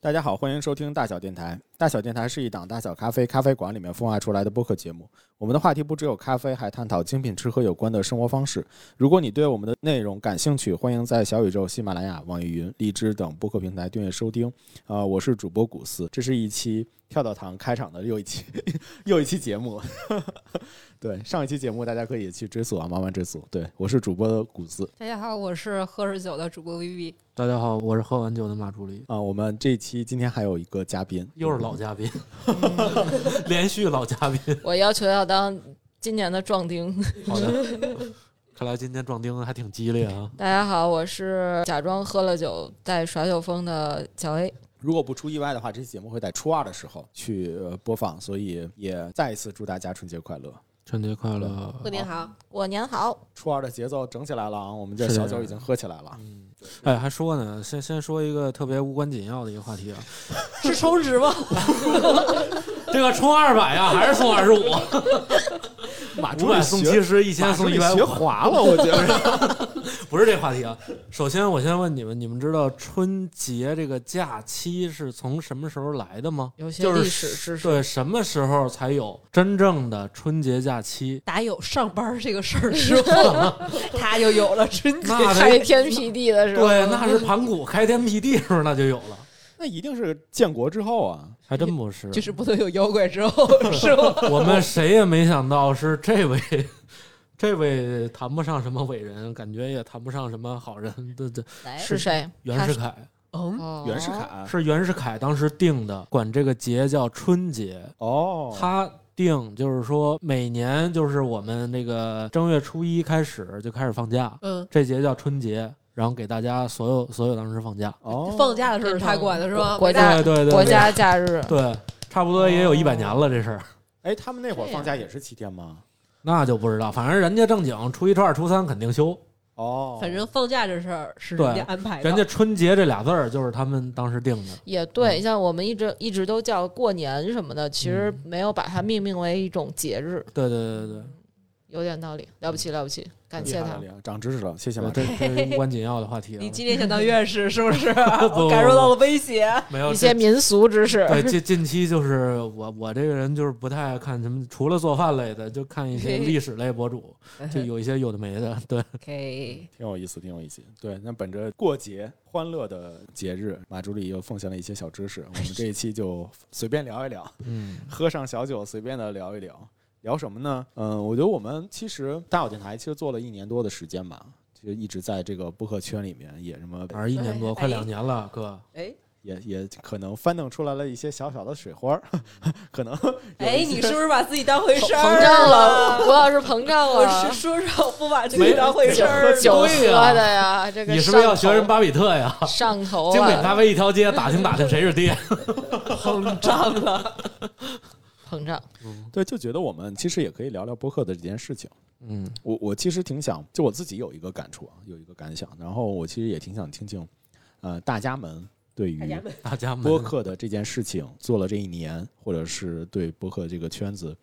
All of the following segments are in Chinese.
大家好，欢迎收听大小电台。大小电台是一档大小咖啡咖啡馆里面孵化出来的播客节目。我们的话题不只有咖啡，还探讨精品吃喝有关的生活方式。如果你对我们的内容感兴趣，欢迎在小宇宙、喜马拉雅、网易云、荔枝等播客平台订阅收听。呃，我是主播古斯，这是一期跳蚤堂开场的又一期 又一期节目。 对，上一期节目大家可以去追溯啊，慢慢追溯。对我是主播古斯，大家好，我是喝着酒的主播 VV。大家好，我是喝完酒的马助理，啊、我们这一期今天还有一个嘉宾，又是老嘉宾， 连续老嘉宾。我要求要当今年的壮丁。好的，看来今天壮丁还挺激烈啊。大家好，我是假装喝了酒在耍酒疯的小 A。如果不出意外的话，这期节目会在初二的时候去呃播放，所以也再一次祝大家春节快乐。春节快乐！过年好，过 年好，初二的节奏整起来了啊，我们这是小酒已经喝起来了。嗯，哎，还说呢，先先说一个特别无关紧要的一个话题啊，是抽脂吗？ 这个充二百啊呀，还是送二 十五，马五百送七十，一千送一百学五，滑了，我觉得。 不是这话题啊。首先，我先问你们，你们知道春节这个假期是从什么时候来的吗？有些就历是史知识。对，什么时候才有真正的春节假期？打有上班这个事 儿之后，他就有了春节。那开得天辟地的时候，对，那是盘古开天辟地时候那就有了，那一定是建国之后啊，还真不是。就是不能有妖怪之后，是吧？我们谁也没想到是这位，这位谈不上什么伟人，感觉也谈不上什么好人的这来 是哦谁？袁世凯，嗯，凯袁世。凯是袁世凯当时定的，管这个节叫春节，哦，他。定就是说，每年就是我们那个正月初一开始就开始放假，嗯，这节叫春节，然后给大家所有所有当时放假，哦放假的时候是他管的是吧？国家对对对，国家假日，对，差不多也有一百年了这事儿，哎，他们那会儿放假也是七天吗？那就不知道，反正人家正经初一、初二、初三肯定休，哦，反正放假这事儿是人家安排的，人家春节这俩字儿就是他们当时定的。也对，像我们一直一直都叫过年什么的，其实没有把它命名为一种节日，对对对对有点道理，了不起了不起，感厉谢害他了，。厉害了长知识了，谢谢马对，助这理。这是无关紧要的话题啊。你今天想当院士是不是？不感受到了威胁。没有一些这民俗知识，对近近期就是我我这个人就是不太爱看什么，除了做饭类的，就看一些历史类博主，就有一些有的没的。对， OK，挺有意思，挺有意思。对，那本着过节欢乐的节日，马助理又奉献了一些小知识。我们这一期就随便聊一聊，嗯，喝上小酒，随便的聊一聊，聊什么呢？嗯，我觉得我们其实大小电台其实做了一年多的时间吧，就一直在这个播客圈里面也什么反正一年多，哎快两年了，哥。哎也也可能翻腾出来了一些小小的水花儿， 可能哎，你是不是把自己当回事膨儿胀了了，？吴老师膨胀我了是，说说不把自没己当回事儿酒喝对呀的呀，这个你是不是要上学头人巴比特呀？上头精品咖啊，啡一条街，打听打听谁是爹。 膨胀了，膨胀，对，就觉得我们其实也可以聊聊播客的这件事情。嗯，我我其实挺想，就我自己有一个感触啊，有一个感想，然后我其实也挺想听听，呃，大家们对于大家们大家们播客的这件事情做了这一年，或者是对播客这个圈子，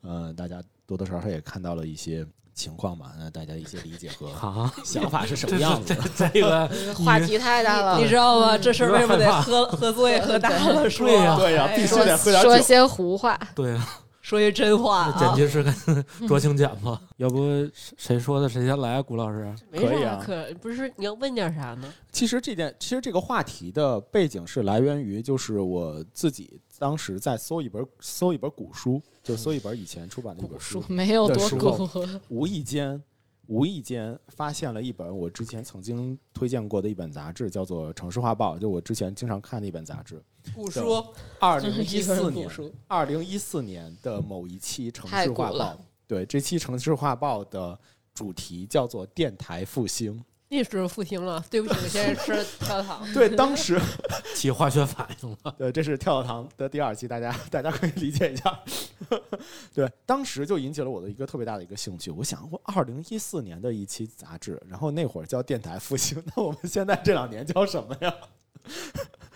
呃，大家多多少少也看到了一些情况嘛，那大家一些理解 和啊，想法是什这么样子这的？这这个话题太大了。你知道吗？嗯这事儿为什么得喝喝醉喝大了说？对呀对呀、哎必须说得喝点说酒。些胡话，对啊，说句真话啊，剪辑师嗯跟 酌情剪啊吧，要不谁谁说的谁先来啊，谷老师。没可以啥啊可不是你要问点啥呢？其实这件，其实这个话题的背景是来源于，就是我自己当时在搜一本搜一本古书，就搜一本以前出版的一本 古书书，没有对多书古，无意间无意间发现了一本我之前曾经推荐过的一本杂志，叫做《城市画报》，就我之前经常看的一本杂志。古对书二零一一四本古年书，二零一四年的某一期《城太市古画报了》，对，这期《城市画报》的主题叫做“电台复兴那时候复兴了，对不起，我现在吃跳糖。”。对，当时起化学反应了。对，这是跳跳堂的第二期，大家大家可以理解一下。 对，当时就引起了我的一个特别大的一个兴趣。我想，我二零一四年的一期杂志，然后那会儿叫电台复兴，那我们现在这两年叫什么呀？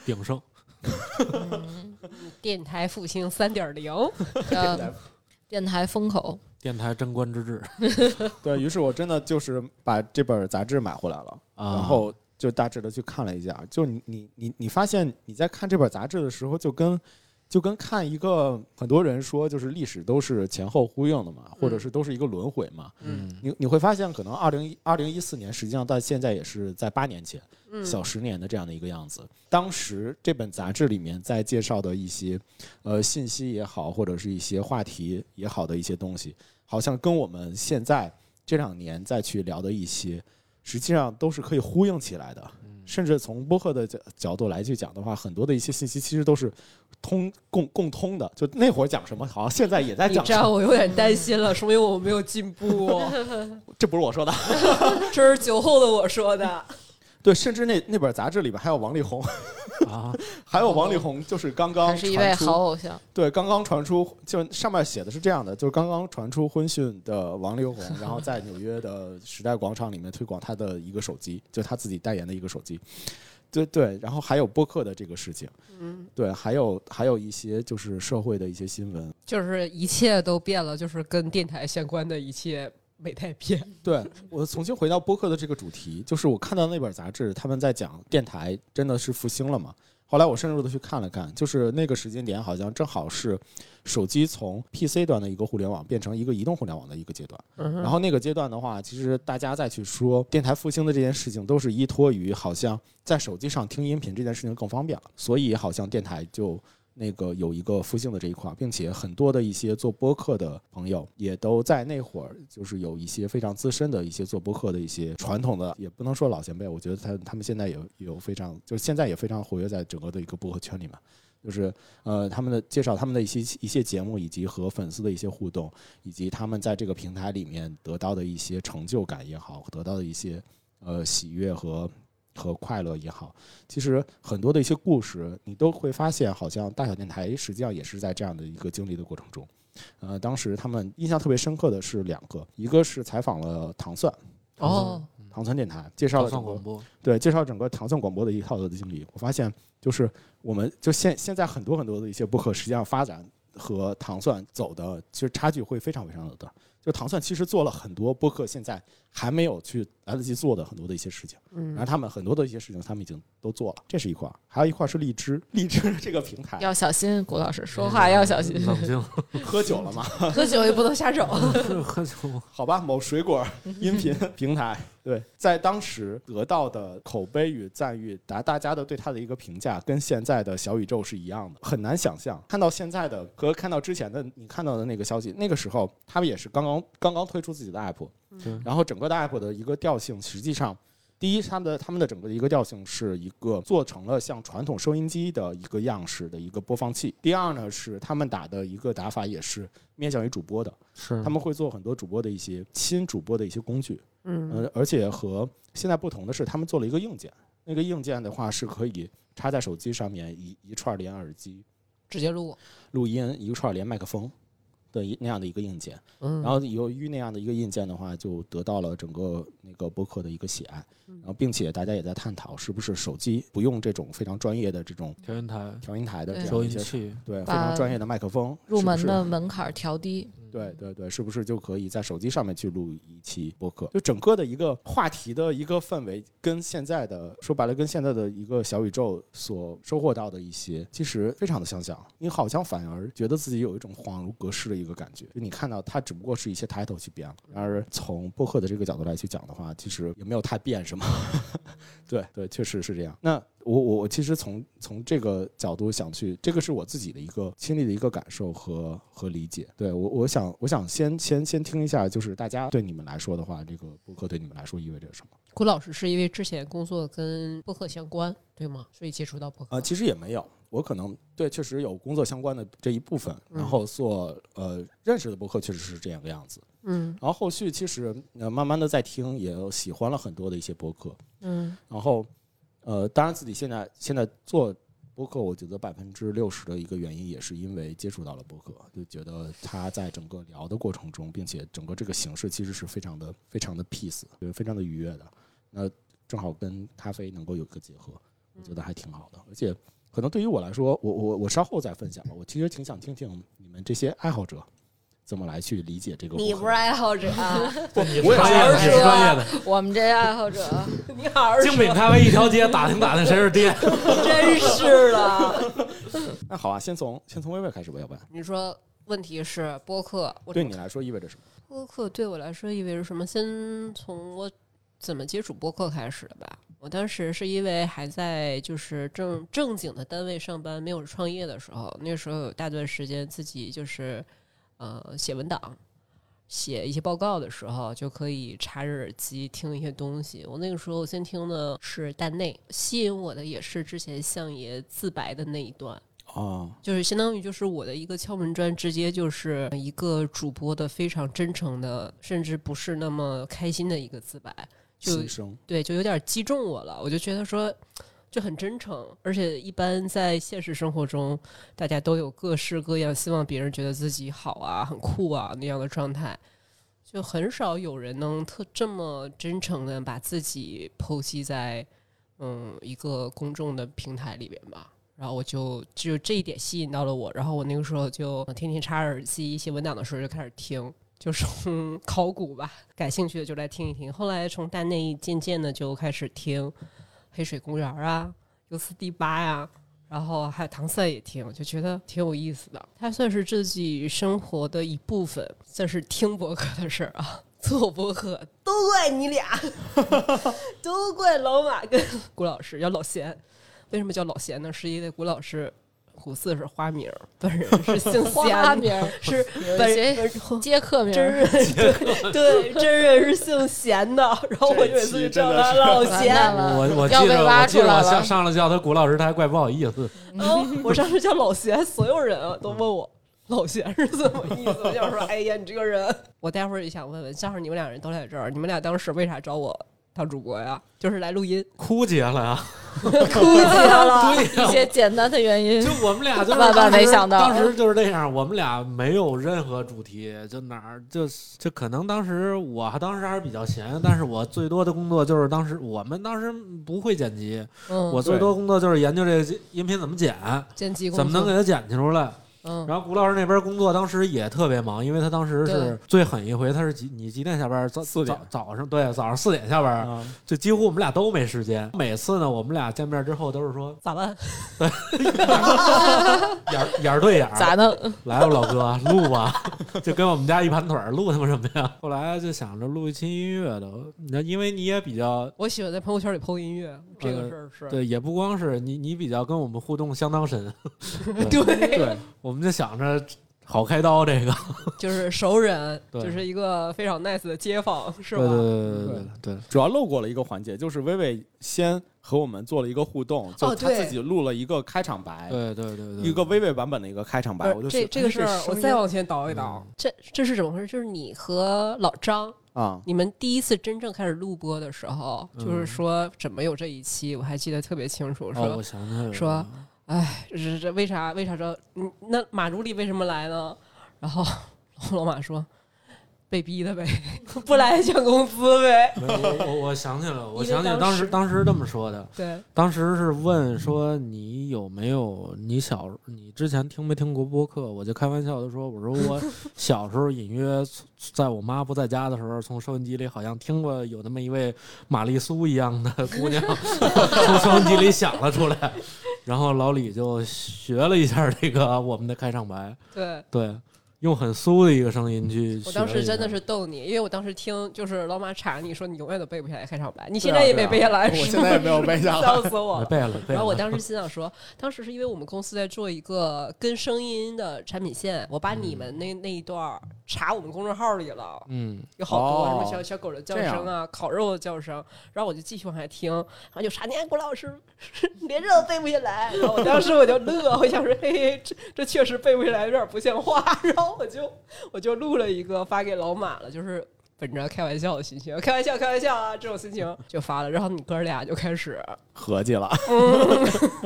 鼎盛，电台复兴三点零，电呃，台电台风口，电台贞观之治对于是，我真的就是把这本杂志买回来了，啊。然后就大致的去看了一下，就你你你你发现你在看这本杂志的时候，就跟就跟看一个很多人说就是历史都是前后呼应的嘛，或者是都是一个轮回嘛。嗯你你会发现，可能二零二零一四年实际上到现在也是在八年前，嗯小十年的这样的一个样子。当时这本杂志里面在介绍的一些呃信息也好，或者是一些话题也好的一些东西，好像跟我们现在这两年再去聊的一些，实际上都是可以呼应起来的。甚至从播客的角角度来去讲的话，很多的一些信息其实都是通共共通的。就那会儿讲什么，好像现在也在你讲这什么样我有点担心了，说明我没有进步。哦 这不是我说的。这是酒后的我说的，对，甚至那那本杂志里边还有王力宏，啊，还有王力宏，就是刚刚还是一位传出好偶像，对，刚刚传出，就上面写的是这样的，就是刚刚传出婚讯的王力宏，然后在纽约的时代广场里面推广他的一个手机，就他自己代言的一个手机。对对，然后还有播客的这个事情，嗯，对，还有还有一些就是社会的一些新闻， 就是一切都变了，就是跟电台相关的一切没太变。嗯对我重新回到播客的这个主题，就是我看到那本杂志，他们在讲电台真的是复兴了嘛？后来我深入的去看了看，就是那个时间点，好像正好是手机从 PC 端的一个互联网变成一个移动互联网的一个阶段。嗯嗯然后那个阶段的话，其实大家再去说电台复兴的这件事情，都是依托于好像在手机上听音频这件事情更方便了，所以好像电台就那个有一个复兴的这一块儿，并且很多的一些做播客的朋友也都在那会儿，就是有一些非常资深的一些做播客的一些传统的，也不能说老前辈，我觉得他他们现在也有非常，就是现在也非常活跃在整个的一个播客圈里嘛。就是呃，他们的介绍他们的一些一些节目，以及和粉丝的一些互动，以及他们在这个平台里面得到的一些成就感也好，得到的一些呃喜悦和和快乐也好，其实很多的一些故事，你都会发现，好像大小电台实际上也是在这样的一个经历的过程中。呃，当时他们印象特别深刻的是两个，一个是采访了糖蒜，哦，糖蒜电台介绍上了整放个广播，对，介绍整个糖蒜广播的一套的经历，我发现就是我们就现现在很多很多的一些播客，实际上发展和糖蒜走的其实差距会非常非常的大。就糖蒜其实做了很多播客现在还没有去来得及做的很多的一些事情，嗯嗯嗯然后他们很多的一些事情他们已经都做了，这是一块儿，还有一块儿是荔枝，荔枝这个平台要小心，谷老师说话要小心，冷 静，喝酒了吗？ 喝酒也不能瞎整。嗯喝酒好吧，某水果儿音频平台，对，在当时得到的口碑与赞誉，达大家的对它的一个评价，跟现在的小宇宙是一样的，很难想象。看到现在的和看到之前的你看到的那个消息，那个时候他们也是刚刚刚刚推出自己的 app，对然后整个的 app 的一个调性，实际上。第一，他们的他们的整个的一个调性是一个做成了像传统收音机的一个样式的一个播放器。第二呢，是他们打的一个打法也是面向于主播的，嗯是他们会做很多主播的一些新主播的一些工具，嗯呃，而且和现在不同的是，他们做了一个硬件，那个硬件的话是可以插在手机上面一一串连耳机直接录，录音，一串连麦克风的一那样的一个硬件。嗯然后由于那样的一个硬件的话，就得到了整个那个播客的一个喜爱，嗯然后并且大家也在探讨是不是手机不用这种非非常专业的这种调音台、调音台的这对样收一音些。器，对，非把常专业的麦克风，入是不门是的门槛调低，对对对，是不是就可以在手机上面去录一期播客？就整个的一个话题的一个氛围，跟现在的说白了，跟现在的一个小宇宙所收获到的一些，其实非常的相像。你好像反而觉得自己有一种恍如隔世的一个感觉。就你看到它只不过是一些 title 去变了，然而从播客的这个角度来去讲的话，其实也没有太变什么。对对，确实是这样。那我我我其实从从这个角度想去，这个是我自己的一个亲历的一个感受和和理解。对我我想我想先先先听一下，就是大家对你们来说的话，这个播客对你们来说意味着什么？谷老师是因为之前工作跟播客相关，对吗？所以接触到播客。呃，其实也没有，我可能对确实有工作相关的这一部分，然后做呃认识的播客确实是这样个样子。嗯然后后续其实呃慢慢的在听，也喜欢了很多的一些播客。嗯然后，呃，当然自己现在现在做播客，我觉得百分之六十的一个原因也是因为接触到了播客，就觉得它在整个聊的过程中，并且整个这个形式其实是非常的非常的 peace，就是非常的愉悦的。那正好跟咖啡能够有个结合，我觉得还挺好的。而且可能对于我来说，我我我稍后再分享吧。我其实挺想听听你们这些爱好者。怎么来去理解这个？你不是爱好者，啊 不，你我也专业的，你是是专业的。 我们这些爱好者，你好好精品咖啡一条街，打听打听谁是爹。真是 的。那好啊，先从先从微微开始吧，要不然你说问题是播客，我对你来说意味着什么？播客对我来说意味着什么？先从我怎么接触播客开始的吧。我当时是因为还在就是正正经的单位上班，没有创业的时候，那时候有大段时间自己就是呃写文档、写一些报告的时候，就可以插着耳机听一些东西。我那个时候先听的是蛋内，吸引我的也是之前相爷自白的那一段。哦，就是相当于就是我的一个敲门砖，直接就是一个主播的非常真诚的，甚至不是那么开心的一个自白，就新生对，就有点击中我了。我就觉得说就很真诚，而且一般在现实生活中，大家都有各式各样希望别人觉得自己好啊、很酷啊那样的状态，就很少有人能特这么真诚的把自己剖析在嗯一个公众的平台里边吧。然后我就只有这一点吸引到了我，然后我那个时候就天天插着耳机写文档的时候就开始听，就是 从考古吧，感兴趣的就来听一听。后来从大内渐渐的就开始听黑水公园啊、U 四 D 八呀，然后还有唐赛也听，就觉得挺有意思的。它算是自己生活的一部分，算是听博客的事儿啊。做博客都怪你俩， 都怪老马跟古老师，叫老贤。为什么叫老贤呢？是因为古老师胡四是花名儿，本人是姓花贤，名儿、是有本一些人本 人接客 名真儿，人对对，真人是姓贤的，然后我有一次就叫他老完贤，蛋了，我我记啊要被着，挖我出记着来我上了。上来叫他古老师，他还怪不好意思。然后哦我上次叫老贤，所有人啊都问我老贤是怎么意思，我想说，哎呀，你这个人，我待会儿也想问问，正好你们俩人都在这儿，你们俩当时为啥找我当主播呀？就是来录音，枯竭了啊！哭死了，一些简单的原因 就，我们俩就是万万当时没想到当时就是这样，我们俩没有任何主题，就哪儿就是就可能当时我当时还是比较闲，但是我最多的工作就是当时我们当时不会剪辑，嗯，我最多工作就是研究这个音频怎么剪，剪辑工怎么能给作，它剪出来。嗯，然后古老师那边工作当时也特别忙，因为他当时对是最狠一回，他是几你几点下班？早四点早早上对早上四点下班，啊，就几乎我们俩都没时间。每次呢，我们俩见面之后都是说咋办？眼儿眼儿对 眼儿，咋弄？来吧，老哥，录 吧，就跟我们家一盘腿儿，录他妈什么呀？后来就想着录一期音乐的，那因为你也比较我喜欢在朋友圈里 PO 音乐，这嗯个事儿是。对，也不光是你，你比较跟我们互动相当深， 对，对，我们就想着好开刀这个，就是熟人，对就是一个非常 nice 的街坊，是对吧？对对对对对，主要漏过了一个环节，就是薇薇先和我们做了一个互动，就她哦对自己录了一个开场白，哎对对对对，一个薇薇版本的一个开场白，我就觉这呃这个哎事儿，我声音再往前倒一倒嗯，这这是怎么回事？就是你和老张，啊，你们第一次真正开始录播的时候，就是嗯说怎么有这一期，我还记得特别清楚，哦，我说想起来了，说哎，这这为啥为啥这，嗯，那马助理为什么来呢？然后老马说。被逼的呗， 不来抢工资呗。没有，我我我想起来了，我因为想起来当当时时当时这么说的，对，当时是问说你有没有你小你之前听没听过播客？我就开玩笑的说，我说我小时候隐约在我妈不在家的时候，从收音机里好像听过有那么一位玛丽苏一样的姑娘从收音机里响了出来，然后老李就学了一下这个我们的开场白，对对，用很苏的一个声音去学了一下。我当时真的是逗你，因为我当时听就是老马查你说你永远都背不下来开场白，你你现在也没背下来，啊我是现在也没有背下 吗来。笑死我我了。哎背了，背然了。后我当时心想说，当时是因为我们公司在做一个跟声音的产品线，我把你们那那一段儿查我们公众号里了，嗯，有好多哦什么小小狗的叫声这啊，烤肉的叫声，然后我就继续往下听，然后就查你看郭老师连这都背不下来，然后我当时我就乐，我想说嘿嘿，这这确 实背不下来，有点不像话，然后我就我就录了一个发给老马了，就是本着开玩笑的心情，开玩笑，开玩笑啊，这种心情就发了。然后你哥俩就开始，合计了，，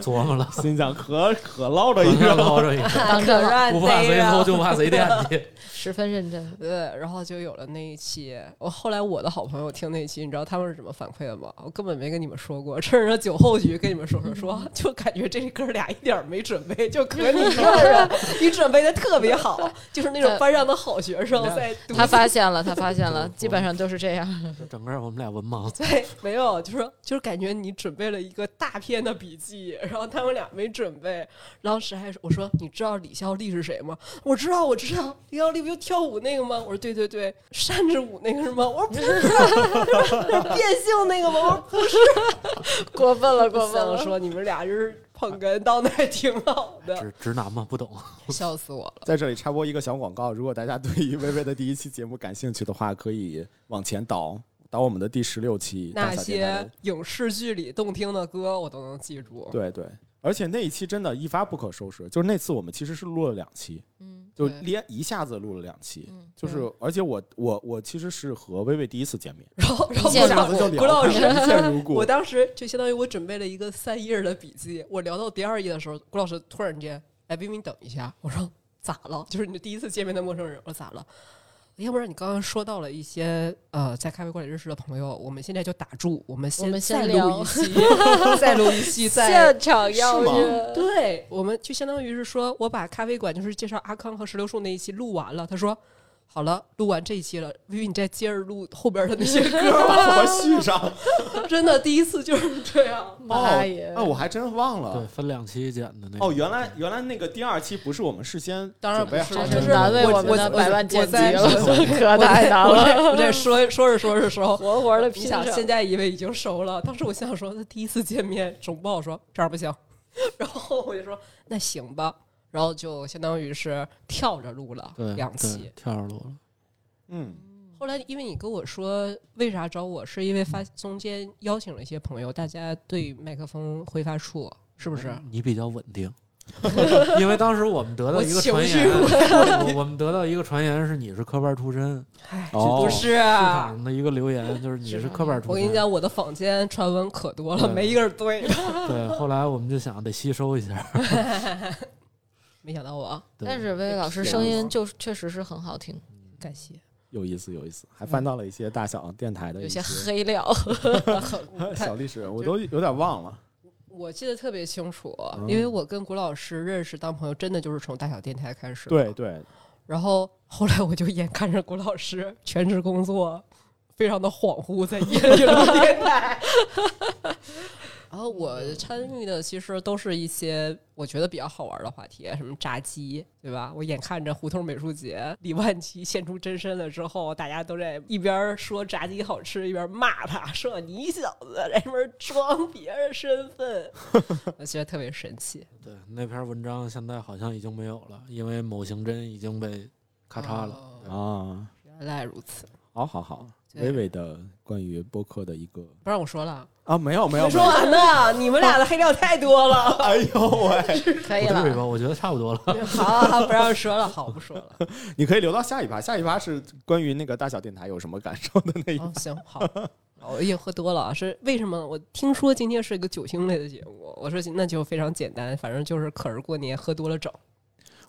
琢磨了心想可可捞着 哎一要个，捞着一个， 当真了，不怕贼偷，就就怕贼惦记。十分认真。对，然后就有了那一期。我后来我的好朋友听那一期，你知道他们是怎么反馈的吗？我根本没跟你们说过，趁着酒后局跟你们说说说，就感觉这哥俩一点儿没准备，就可你一个人，你准备的特别好，就是那种班上的好学生在读他发现了，他发现了，基本上都是这样。整个我们俩文盲，对，没有，就是就是感觉你准备了一个大片的笔记，然后他们俩没准备，然后谁还说我说你知道李孝利是谁吗？我知道，我知道，李孝利不就跳舞那个吗？我说对对对，扇子舞那个是吗？我说不是， 变性那个吗？我说过分了，不行，我说你们俩就是捧哏当的还 挺好的，直直男嘛不懂， 啊笑死我了。在这里插播一个小广告，如果大家对于薇薇的第一期节目感兴趣的话，可以往前倒倒我们的第十六期大那小电台些的。影视剧里动听的歌我都能记住，对对，而且那一期真的一发不可收拾，就是那次我们其实是录了两期，嗯就对连一下子录了两期，嗯，就是而且我我我其实是和薇薇第一次见面， 然后然后一见下子就郭聊老了，师 一见如我故。当时就相当于我准备了一个三页的笔记，我聊到第二页的时候，郭老师突然间，哎，冰冰等一下，我说咋了？就是你第一次见面的陌生人，我说咋了？要不然你刚刚说到了一些呃，在咖啡馆里认识的朋友，我们现在就打住，我们我们再先录聊一期， 再录一 期，再现场邀是吗 约，对，我们就相当于是说我把咖啡馆就是介绍阿康和石榴树那一期录完了，他说好了，录完这一期了，微微你再接着录后边的那些歌把我吧。们续上真的，第一次就是这样。妈耶哦，！啊，我还真忘对，了分两期剪的那个哦，原来原来那个第二期不是我们事先当然准备不是好真的，是就是难为我们的我嗯百万我剪辑在了，可我太在难我在了， 我在说说着说着时候，活活的你拼想上。现在一位已经熟了，当时我心想说，他第一次见面总不好说这样不行，然后我就说那行吧，然后就相当于是跳着录了对两对期。跳着录了，嗯，后来因为你跟我说为啥找我，是因为发中间邀请了一些朋友，大家对麦克风挥发处是不是？你比较稳定。 因为当时我们得到一个传言，我我我们得到一个传言是你是科班出身，哎，哦不是市啊、场的一个留言就是你是科班出身。 我跟你，讲，我的坊间传闻可多了，嗯对没一个人对。对，后来我们就想得吸收一下。 没想到我啊，对但是薇薇老师声音就是确实是很好听，感 谢。有意思有意思，还翻到了一些大小电台的有一些些黑料。 小历史，我都有点忘了。我记得特别清楚，嗯因为我跟古老师认识当朋友，真的就是从大小电台开始。对，对，然后后来我就眼看着古老师全职工作，非常的恍惚，在夜里录电台。 然后我参与的其实都是一些我觉得比较好玩的话题，什么炸鸡，对吧？我眼看着胡同美术节李万奇现出真身了之后，大家都在一边说炸鸡好吃，一边骂他，说你小子在这边装别人身份， 我觉得特别神奇。对那篇文章现在好像已经没有了，因为某刑侦已经被咔嚓了。哦啊，原来如此，好好嗯好，对伟伟的关于播客的一个不让我说了，啊，没有没有，没说完呢，你们俩的黑料太多了。哎呦喂，可以不对 了，吧？我觉得差不多了。好 好好，不让说了，好不说了。 你可以留到下一趴，下一趴是关于那个大小电台有什么感受的那一趴。哦嗯，行，好。好我也喝多了啊，是为什么？我听说今天是一个酒精类的节目，我说行那就非常简单，反正就是可儿过年喝多了整。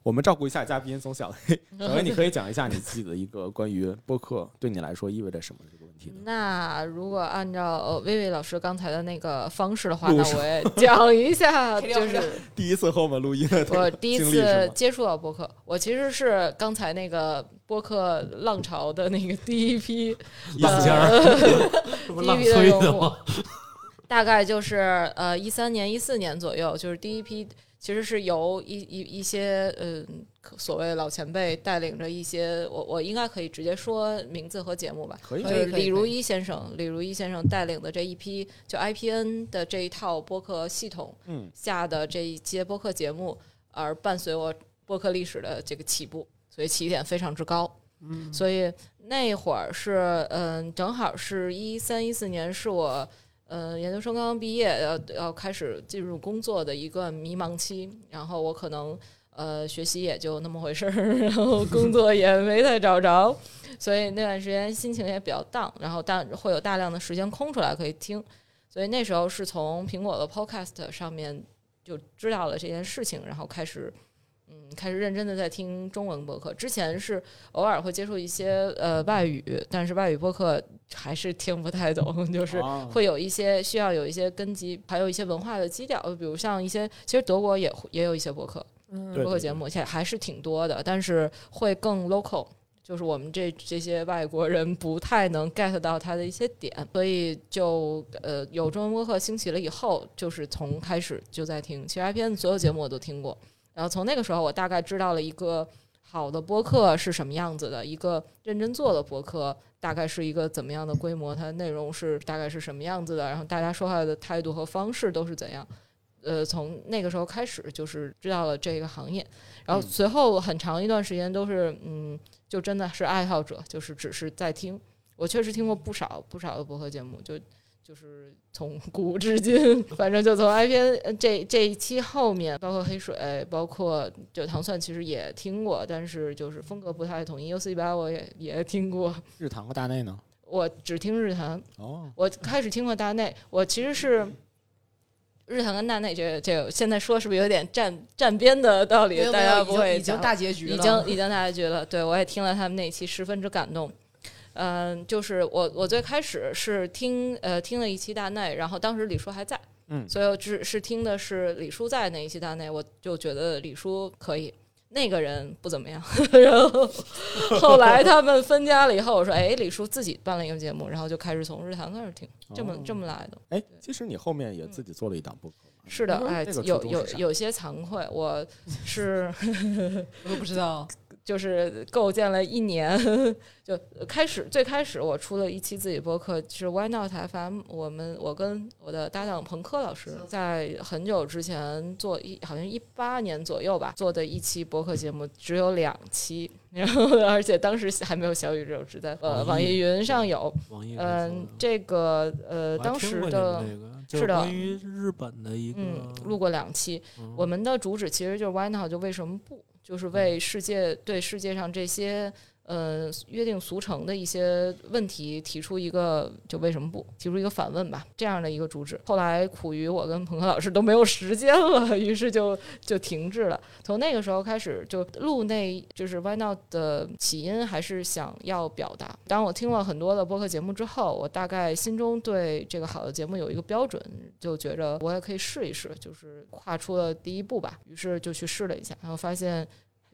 我们照顾一下嘉宾，从小黑，小黑，你可以讲一下你自己的一个关于播客对你来说意味着什么这个问题呢？那如果按照呃薇薇老师刚才的那个方式的话，路那上我也讲一下， 黑料就黑料是第一次和我们录音的这 我个第一经历是次吗接触到播客，我其实是刚才那个播客浪潮的那个第一批，嗯浪尖儿， 这不浪地狱的吹的人物吗？大概就是呃一三年、一四年左右，就是第一批，其实是由一一一些嗯、可所谓老前辈带领着一些，我我应该可以直接说名字和节目吧，可以就可以是可以李如一先生，李如一先生带领的这一批，就 IPN 的这一套播客系统嗯下的这一些播客节目，而伴随我播客历史的这个起步，所以起点非常之高。嗯，所以那会儿是，嗯，正好是一三一四年，是我，嗯，研究生刚刚毕业，要要开始进入工作的一个迷茫期。然后我可 能，呃，学习也就那么回事儿，然后工作也没太找着，所以那段时间心情也比较荡，然后但会有大量的时间空出来可以听，所以那时候是从苹果的 Podcast 上面就知道了这件事情，然后开始。嗯，开始认真的在听中文播客。之前是偶尔会接触一些呃外语，但是外语播客还是听不太懂，就是哦会有一些需要有一些根基，还有一些文化的基调，比如像一些，其实德国也会也有一些博客嗯对博客节目，而且还是挺多的，但是会更 local，就是我们这这些外国人不太能 get 到它的一些点，所以就呃有中文播客兴起了以后，就是从开始就在听，其实 IPN 所有节目我都听过，然后从那个时候我大概知道了一个。好的播客是什么样子的？一个认真做的播客大概是一个怎么样的规模？它内容是大概是什么样子的？然后大家说话的态度和方式都是怎样？呃，从那个时候开始就是知道了这个行业，然后嗯随后很长一段时间都是嗯，就真的是爱好者，就是只是在听。我确实听过不少不少的播客节目，就就是从 古至今，反正就从 IPN 呃这这一期后面，包括黑水，包括就糖蒜，其实也听过，但是就是风格不太统一。UC 八我也也听过，日坛和大内呢？我只听日坛，嗯哦，我开始听过大内，我其实是。日坛跟大内这个这个，现在说是不是有点站站边的道理？大家不会已经讲大结局了，已经已经大结局了。对我也听了他们那期，十分之感动。嗯，就是我我最开始是听呃听了一期大内，然后当时李叔还在，嗯所以我只是听的是李叔在那一期大内，我就觉得李叔可以。那个人不怎么样， 然后后来他们分家了以后，我说：“哎，李叔自己办了一个节目，然后就开始从日坛开始听，这么、哦这么来的。”哎，其实你后面也自己做了一档播客嘛，是的，嗯哎那个，初有衷有是啥有些惭愧，我是我都不知道。就是构建了一年， 就开始最开始我出了一期自己播客是 Why Not FM，我们我跟我的搭档彭科老师在很久之前做一好像一八年左右吧做的一期播客节目，只有两期， 然后而且当时还没有小宇宙，只在呃网哦网易易云上有，网嗯、易云搜的这个呃我还当听时过你的们这个就是的关于日本的一个嗯录过两期，嗯我们的主旨其实就是 why not 就为什么不，就是为世界对世界上这些呃约定俗成的一些问题提出一个就为什么不，提出一个反问吧，这样的一个主旨。后来苦于我跟彭科老师都没有时间了，于是就就停滞了。从那个时候开始，就录那就是 why not 的起因还是想要表达。当我听了很多的播客节目之后，我大概心中对这个好的节目有一个标准，就觉着我也可以试一试，就是跨出了第一步吧。于是就去试了一下，然后发现。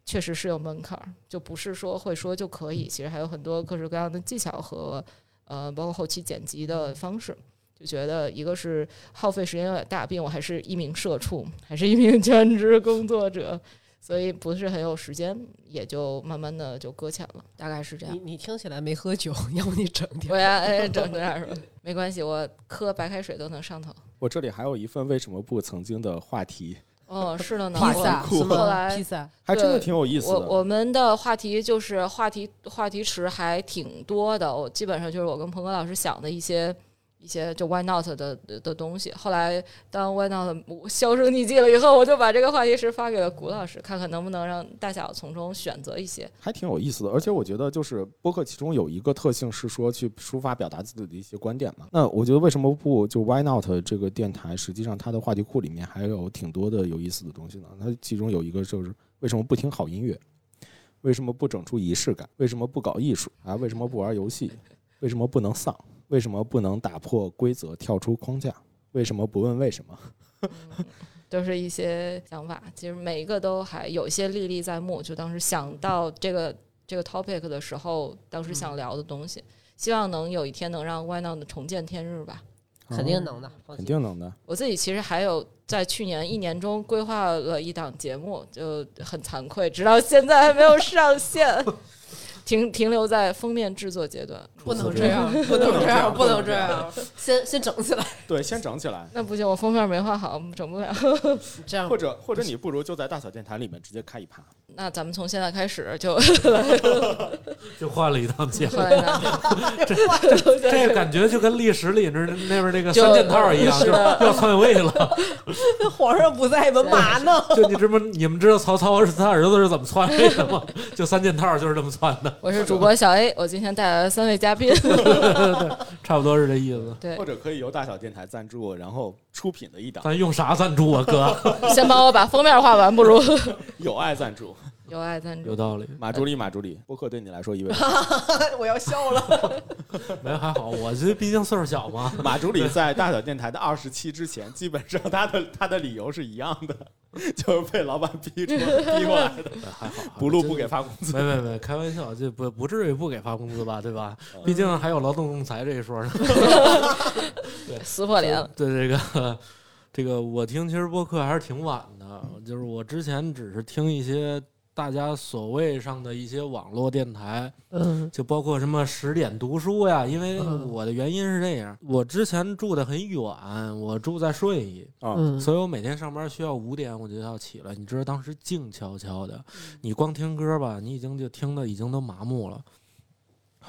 确实是有门槛儿，就不是说会说就可以，其实还有很多各式各样的技巧和，呃，包括后期剪辑的方式，就觉得一个是耗费时间有点大，毕竟我还是一名社畜，还是一名 全职工作者，所以不是很有时间，也就慢慢的就搁浅了，大概是这样你。你听起来没喝酒， 要不你整我点？呀，哎，整这样说没关系，我喝白开水都能上头。我这里还有一份为什么不曾经的话题，哦，是的呢，披我萨酷什后么来披萨？还真的对挺有意思我的。我们的话题就是话题话题池还挺多的，我基本上就是我跟鹏哥老师想的一些一些就 why not 的的的东西。后来当 why not 销声匿迹了以后，我就把这个话题池发给了谷老师，看看能不能让大小从中选择一些。还挺有意思的，而且我觉得就是播客其中有一个特性是说去抒发表达自己的一些观点嘛。那我觉得为什么不就 Why Not 这个电台，实际上它的话题库里面还有挺多的有意思的东西呢。它其中有一个就是为什么不听好音乐，为什么不整出仪式感，为什么不搞艺术啊，为什么不玩游戏，为什么不能丧，为什么不能打破规则跳出框架，为什么不问为什么？都是一些想法，其实每一个都还有一些历历在目。就当时想到这个这个 topic 的时候，当嗯时想聊的东西，希望能有一天能让 Why Not 重见天日吧。肯定能的，哦放肯心。定能的。我自己其实还有在去年一年中规划了一档节目，就很惭愧，直到现在还没有上线， 停停留在封面制作阶段。不能这样，不能这样，不能这样，先先整起来。对，先整起来。那不行，我封面没画好，整不了。这样或者或者你不如就在大小电台里面直接开一趴。那咱们从现在开始 就就换了一档节目，来呢，这感觉就跟历史里那那边那个就三件套一样，是就是的要篡位了。皇上不在，文嘛 呢？就你知不？你们知道曹操是他儿子是怎么篡位的吗？就三件套就是这么篡的。我是主播小 A，我今天带来了三位 嘉宾。差不多是这意思。对或，者可以由大小电台赞助我，然后出品的一档，咱用啥赞助啊，哥？ 先帮我把封面画完，不如有爱赞助。有爱赞有助。道理，马助理，马助理，播客对你来说意味着我要笑了。没有还好，我这毕竟岁数小嘛。马助理在大小电台的二十期之前，基本上他的他的理由是一样的，就是被老板逼出逼过来 的，哎还好，不录不给发工资。没没没，开玩笑，这不不至于不给发工资吧，对吧嗯？毕竟还有劳动仲裁这一说呢。撕破脸了，对这个，这个我听其实播客还是挺晚的，就是我之前只是听一些大家所谓上的一些网络电台，嗯就包括什么十点读书呀。因为嗯我的原因是这样，我之前住的很远，我住在顺义，啊嗯，啊所以我每天上班需要五点我就要起了。你知道当时静悄悄的，嗯你光听歌吧，你已经就听的已经都麻木了。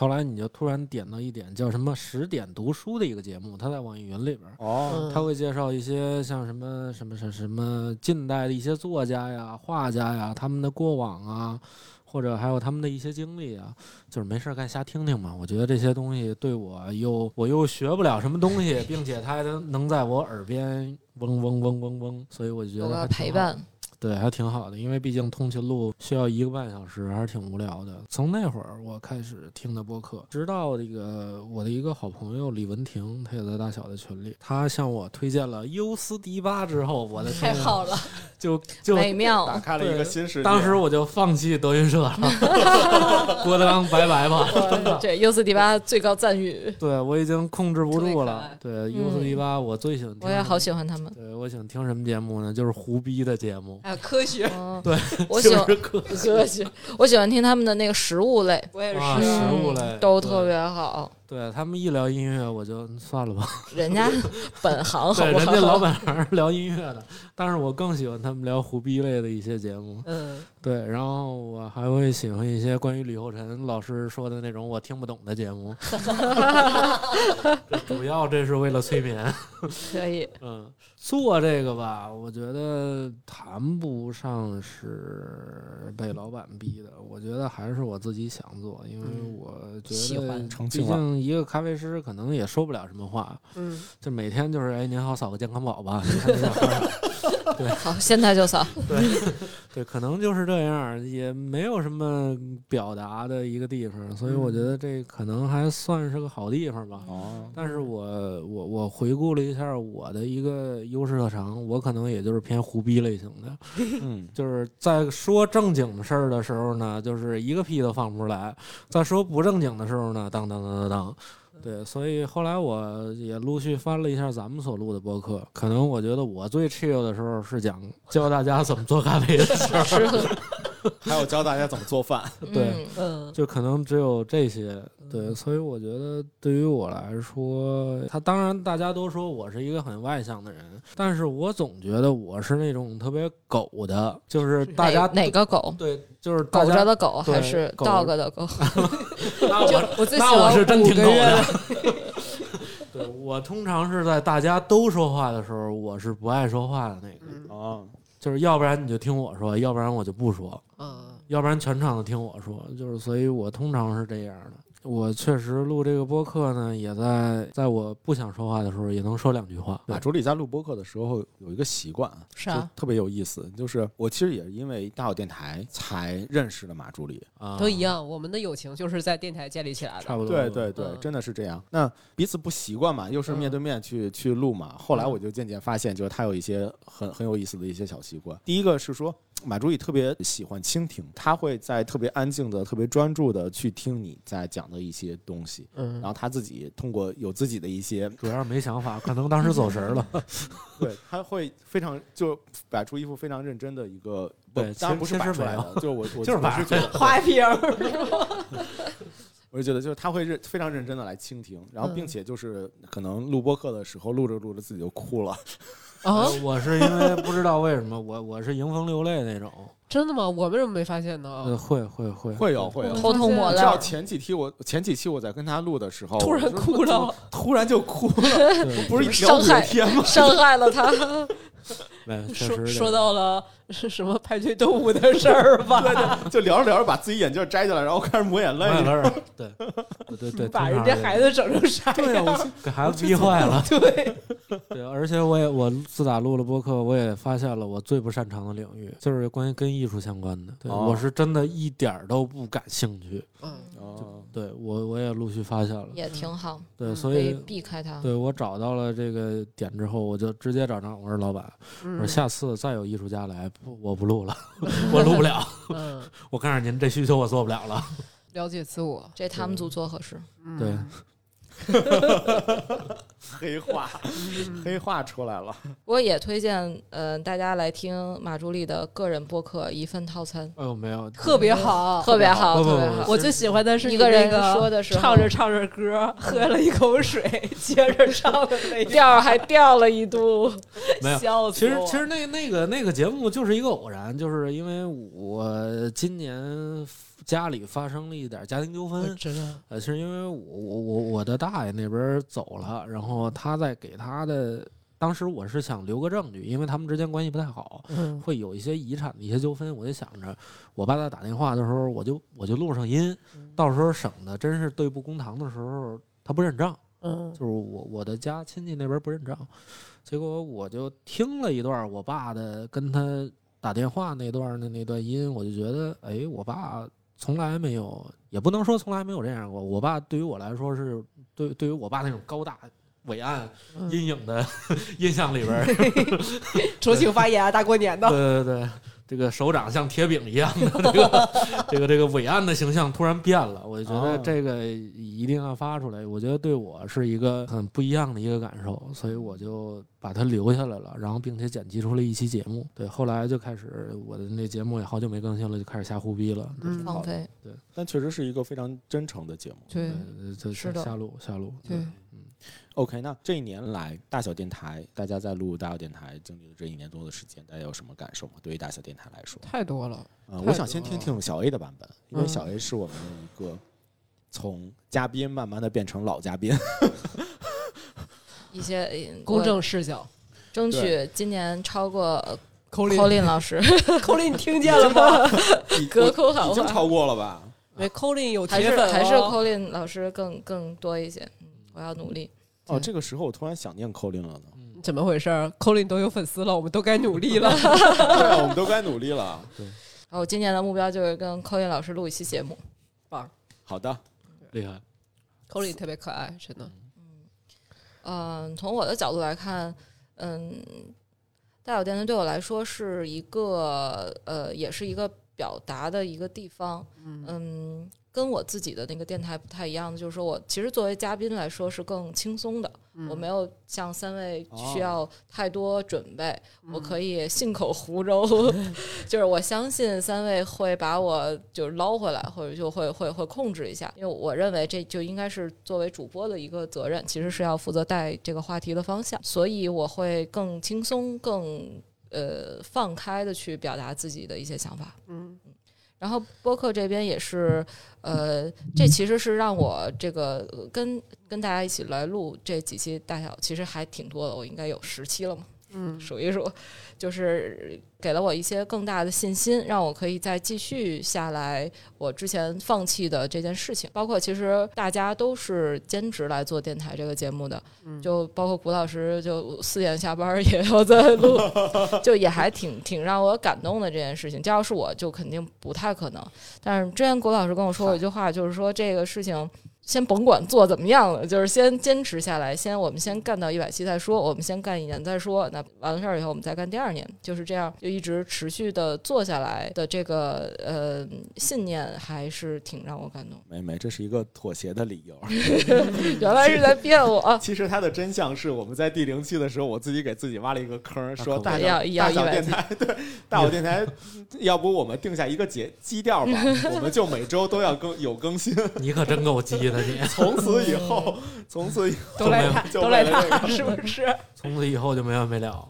后来你就突然点到一点叫什么“十点读书”的一个节目，它在网易云里边儿，哦，嗯他会介绍一些像什么什么什么什么近代的一些作家呀、画家呀，他们的过往啊，或者还有他们的一些经历啊，就是没事儿干瞎听听嘛。我觉得这些东西对我又我又学不了什么东西，并且它还能能在我耳边嗡嗡嗡嗡嗡，所以我觉有得个还挺陪好伴。对，还挺好的，因为毕竟通勤路需要一个半小时，还是挺无聊的。从那会儿我开始听的播客，直到这个我的一个好朋友李文婷，她也在大小的群里，她向我推荐了优思迪吧之后，我的太天呀好了，就就美打 妙，开了一个新世界。当时我就放弃德云社了， 郭德纲拜拜吧。这 U 四 D 八最高赞誉，对我已经控制不特别住可了爱。对优思迪吧，我最喜欢听什嗯我么。也好喜欢他们。对我喜欢听什么节目呢？就是胡逼的节目。哎，科学，哦对，我喜就欢是各 我喜我喜欢听他们的那个食物类，我也啊是。食物嗯类都对特别好。对他们一聊音乐，我就嗯算了吧。人 家本行好对，不人好？ 家老板还是聊音乐的，但是我更喜欢他们聊胡逼类的一些节目。嗯对，然后我还会喜欢一些关于李厚辰老师说的那种我听不懂的节目。这主要这是为了催眠。可以，嗯，做这个吧，我觉得谈不上是被老板逼的，我觉得还是我自己想做，因为嗯我觉喜得欢澄毕清了竟一个咖啡师可能也说不了什么话，嗯，就每天就是哎您好扫个健康宝吧，你看你想喝啥？好，现在就扫。 对，可能就是这样，也没有什么表达的一个地方，所以我觉得这可能还算是个好地方吧。哦，但是我我我回顾了一下我的一个优势特长，我可能也就是偏胡逼类型的，嗯，就是在说正经的事儿的时候呢，就是一个屁都放不出来；在说不正经的时候呢，当当当当当。对，所以后来我也陆续翻了一下咱们所录的播客，可能我觉得我最 chill 的时候是讲教大家怎么做咖啡的 事儿，还有教大家怎么做饭。 对嗯，嗯就可能只有这些。对，所以我觉得对于我来说，他当然大家都说我是一个很外向的人，但是我总觉得我是那种特别狗的，就是大家哪哪个狗？对，就是大狗家着的狗还对是狗 dog 的 狗？那我我最喜那我欢是真五挺个狗月的。 对我通常是在大家都说话的时候，我是不爱说话的那个，哦，就是要不然你就听我说，要不然我就不说。嗯要不然全场都听我说，就是所以我通常是这样的。我确实录这个播客呢，也在在我不想说话的时候也能说两句话。马助理啊在录播客的时候有一个习惯啊，是就啊，特别有意思，就是我其实也是因为大小电台才认识的马助理。啊，都一，样，我们的友情就是在电台建立起来的。差不多。对对对，嗯真的是这样。那彼此不习惯嘛，又是面对面去、去录嘛。后来嗯我就渐渐发现，就是他有一些很很有意思的一些小习惯。第一个是说，马助理特别喜欢倾听，他会在特别安静的、特别专注的去听你在讲的一些东西，然嗯后他自己通过有自己的一些，主要是没想法，可能当时走神儿了。 对，他会非常就摆出一副非常认真的一个，不对当然不其是摆实其实出来没的， 就是我我就是我摆是觉得花瓶儿，我就觉得就是他会认非常认真的来倾听，然后并且就是可能录播课的时候录着录着自己就哭了，啊，我是因为不知道为什么，我我是迎风流泪那种。真的吗？我们怎么没发现呃，呢？会会会 会有会有。 偷偷抹 你泪知道儿。前几期我前几期我在跟他录的时候，突然我就哭了，突然就哭了，对不是聊五伤害 天吗？ 伤害了他，没， 确说实说得到了是什么派对动物的事儿吧？就聊着聊着把自己眼镜摘下来，然后开始抹眼慢慢儿对对对对， 把通人常家是孩子整成啥对呀、样？我给孩子逼坏了。对， 对，而且我也我自打录了播客，我也发现了我最不擅长的领域，就是关于跟艺术相关的。对，哦我是真的一点儿都不感兴趣。嗯，哦，对我我也陆续发现了。也挺好，对，嗯所可以以避开它。对我找到了这个点之后，我就直接找张我说老板，我说嗯下次再有艺术家来，不我不录了， 我录不 了。嗯，我告诉您，这需求我做不了了。了解自我，这他们组做合适，嗯对，黑化， 黑化出来了。我也推荐呃大家来听马助理的个人播客《一份套餐哎呦，没有，特别好，》，特别好，不不特不别好。我最喜欢的是一你个人那个说的时候唱着唱着歌，喝了一口水， 接着唱的那个，调儿还掉了一度，没有 笑其死实我！其实那那个那个节目就是一个偶然，就是因为我今年家里发生了一点家庭纠纷，真的，呃，是因为我我我我的大爷那边走了，然后他在给他的，当时我是想留个证据，因为他们之间关系不太好，嗯会有一些遗产的一些纠纷，我就想着我爸在打电话的时候，我就我就录上音，到时候省得真是对簿公堂的时候他不认账。嗯就是我我的家亲戚那边不认账，结果我就听了一段我爸的跟他打电话那段的那段音，我就觉得，哎，我爸从来没有，也不能说从来没有这样过。我爸对于我来说是对对于我爸那种高大伟岸嗯阴影的 印象里边儿，酌情发言啊，大过年 的，对对对，这个手掌像铁饼一样的 这个这个这个伟岸的形象突然变了，我就觉得哦这个一定要发出来。我觉得对我是一个很不一样的一个感受，所以我就把它留下来了，然后并且剪辑出了一期节目。对，后来就开始我的那节目也好久没更新了，就开始瞎胡逼了。嗯放飞。但确实是一个非常真诚的节目。对呃，就是的瞎录瞎录。对， OK，那这一年来大小电台，大家在录大小电台经历了这一年多的时间，大家有什么感受吗？对于大小电台来说，太多了，呃，太我想先多听了听小 A 的版本，因为嗯小 A 是我们的一个从嘉宾慢慢的变成老嘉 宾。一些呃公我正视角。争取对今年超过口令， Colin 老 师， Colin，你听见了吗？已隔我空喊已经话，超过了吧？ 没，Colin 有还铁是粉哦还是 Colin 老师更更多一些。嗯，我要努力。哦，这个时候我突然想念扣 n 了呢。嗯，怎么回事儿？Colin 都有粉丝了，我们都该努力了。 对啊，我们都该努力了。然后我今年的目标就是跟 Colin 老师录一期节目。好的，。厉害。 Colin 特别可爱，真的。嗯，从我的角度来看，嗯，大小电台对我来说是一个呃，也是一个表达的一个地方。嗯，跟我自己的那个电台不太一样的，就是说我其实作为嘉宾来说是更轻松的，我嗯没有像三位需要太多准备，我可以信口胡诌， 就是我相信三位会把我就是捞回来，或者就会会会控制一下，因为我认为这就应该是作为主播的一个责任，其实是要负责带这个话题的方向，所以我会更轻松、更呃放开的去表达自己的一些想法。嗯然后播客这边也是，呃，这其实是让我这个呃跟跟大家一起来录这几期大小，其实还挺多的，我应该有十期了嘛。嗯数一数，就是给了我一些更大的信心，让我可以再继续下来我之前放弃的这件事情。包括其实大家都是兼职来做电台这个节目的，就包括谷老师，就四点下班也要在录，就也还挺挺让我感动的这件事情。这要是我就肯定不太可能。但是之前谷老师跟我说过一句话，就是说这个事情。先甭管做怎么样了，就是先坚持下来，先我们先干到一百期再说，我们先干一年再说。那完了事儿以后，我们再干第二年，就是这样，就一直持续的做下来的这个呃信念，还是挺让我感动没没，这是一个妥协的理由。 原来 是在骗 我，啊其实它的真相是，我们在第零期的时候，我自己给自己挖了一个坑，说坑大要小大小要100电台， 对大小电台，要不我们定下一个节基调吧，我们就每周都要更有更新。你可真够鸡的你，从此以后，从此以后都赖他，就都赖为了这他，个是不是？从此以后就没完没了。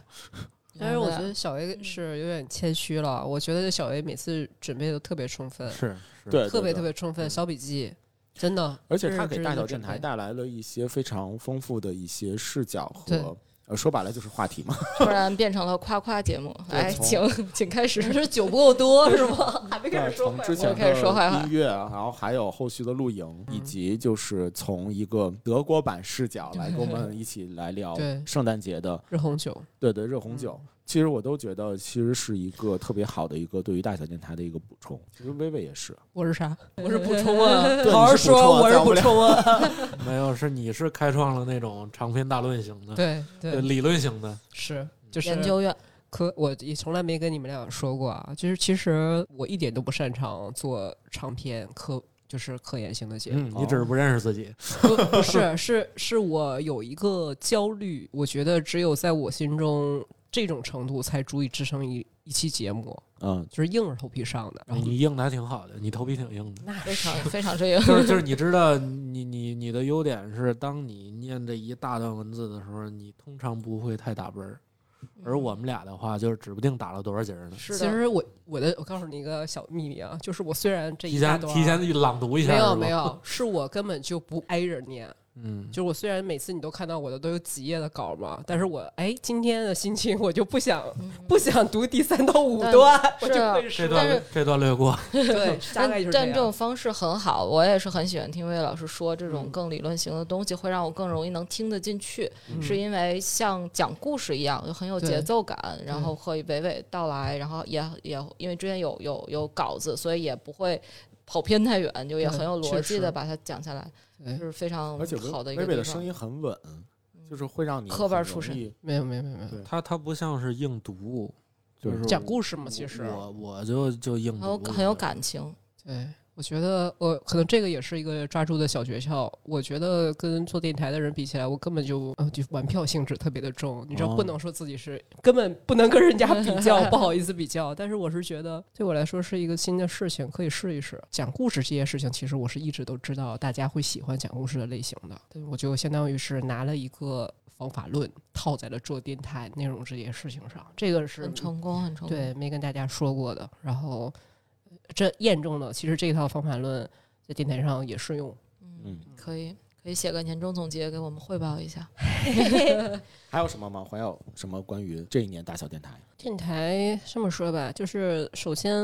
但是我觉得小嗯 A 是有点谦虚了，我觉得小 A 每次准备都特别充分，是是，对，特别对嗯特。别充分，小笔记，真的。而且它这给是大小真的电准台备带来了一些非常丰富的一些视角对和呃，说白了就是话题嘛。突然变成了夸夸节目。对来，从请请开始只。是酒不够多是吗？ 还没对，从之前我开的始说坏话音乐，然后还有后续的露营，以及就是从一个德国版视角来跟我们一起来聊对圣诞节的，热 红酒，对对，热红酒。其实我都觉得，其实是一个特别好的一个对于大小电台的一个补充。其实薇薇也是，我是啥？我是补充啊 对，好好你是补充啊说，我是咱们补俩充啊。没有，是你是开创了那种长篇大论型的，对对，对，嗯理论型的，是就是研究院，可我也从来没跟你们俩说过啊，就是其实我一点都不擅长做长篇科，就是科研型的节嗯，目。你只是不认识自己，不不是是是我有一个焦虑，我觉得只有在我心中这种程度才足以支撑一一期节目，嗯，就是硬着头皮上的。然后你硬的还挺好的，你头皮挺硬的。那非是常非常这个。就是就是你知道你你你的优点是，当你念这一大段文字的时候，你通常不会太打啵儿，嗯而我们俩的话，就是指不定打了多少节儿呢。是其的，实我我的我告诉你一个小秘密啊，就是我虽然这提一大前段提前朗读一下，没是有吧没，有，是我根本就不挨着念。嗯，就是我虽然每次你都看到我的都有几页的稿嘛，但是我哎今天的心情我就不想 嗯不想读第三到五但段， 我是就啊会这说但段是这段略过，对，大但概就是但这样种方式很好，我也是很喜欢听魏老师说这种嗯更理论型的东西，会让我更容易能听得进去。嗯是因为像讲故事一样，就很有对节奏感，然后会娓娓道来，然后也也因为之前有有有稿子，所以也不会跑偏太远，就也很有逻对辑确的实把它讲下来，对是非常而且好的薇一薇个薇嗯地的声方。音很稳，就是会让你科班很出容身易，没有没有没有没有对它它不像是硬读，就对是讲我故事嘛，其实我我就就硬很有读，很有感情，对，我觉得我可能这个也是一个抓住的小诀窍。我觉得跟做电台的人比起来，我根本就呃就玩票性质特别的重，你知道，哦不能说自己是、根本不能跟 人家比较，不好意思比较。但是我是觉得对我来说是一个新的事情，可以试一试。讲故事这件事情，其实我是一直都知道大家会喜欢讲故事的类型的，对我就相当于是拿了一个方法论套在了做电台内容这件事情上，这个是很成功，很成功。对，没跟大家说过的。然后呃这验证了，其实这套方法论在电台上也适用。嗯嗯，可以可以写个年终总结给我们汇报一下。还有什么吗？还有什么关于这一年大小电台？电台这么说吧，就是首先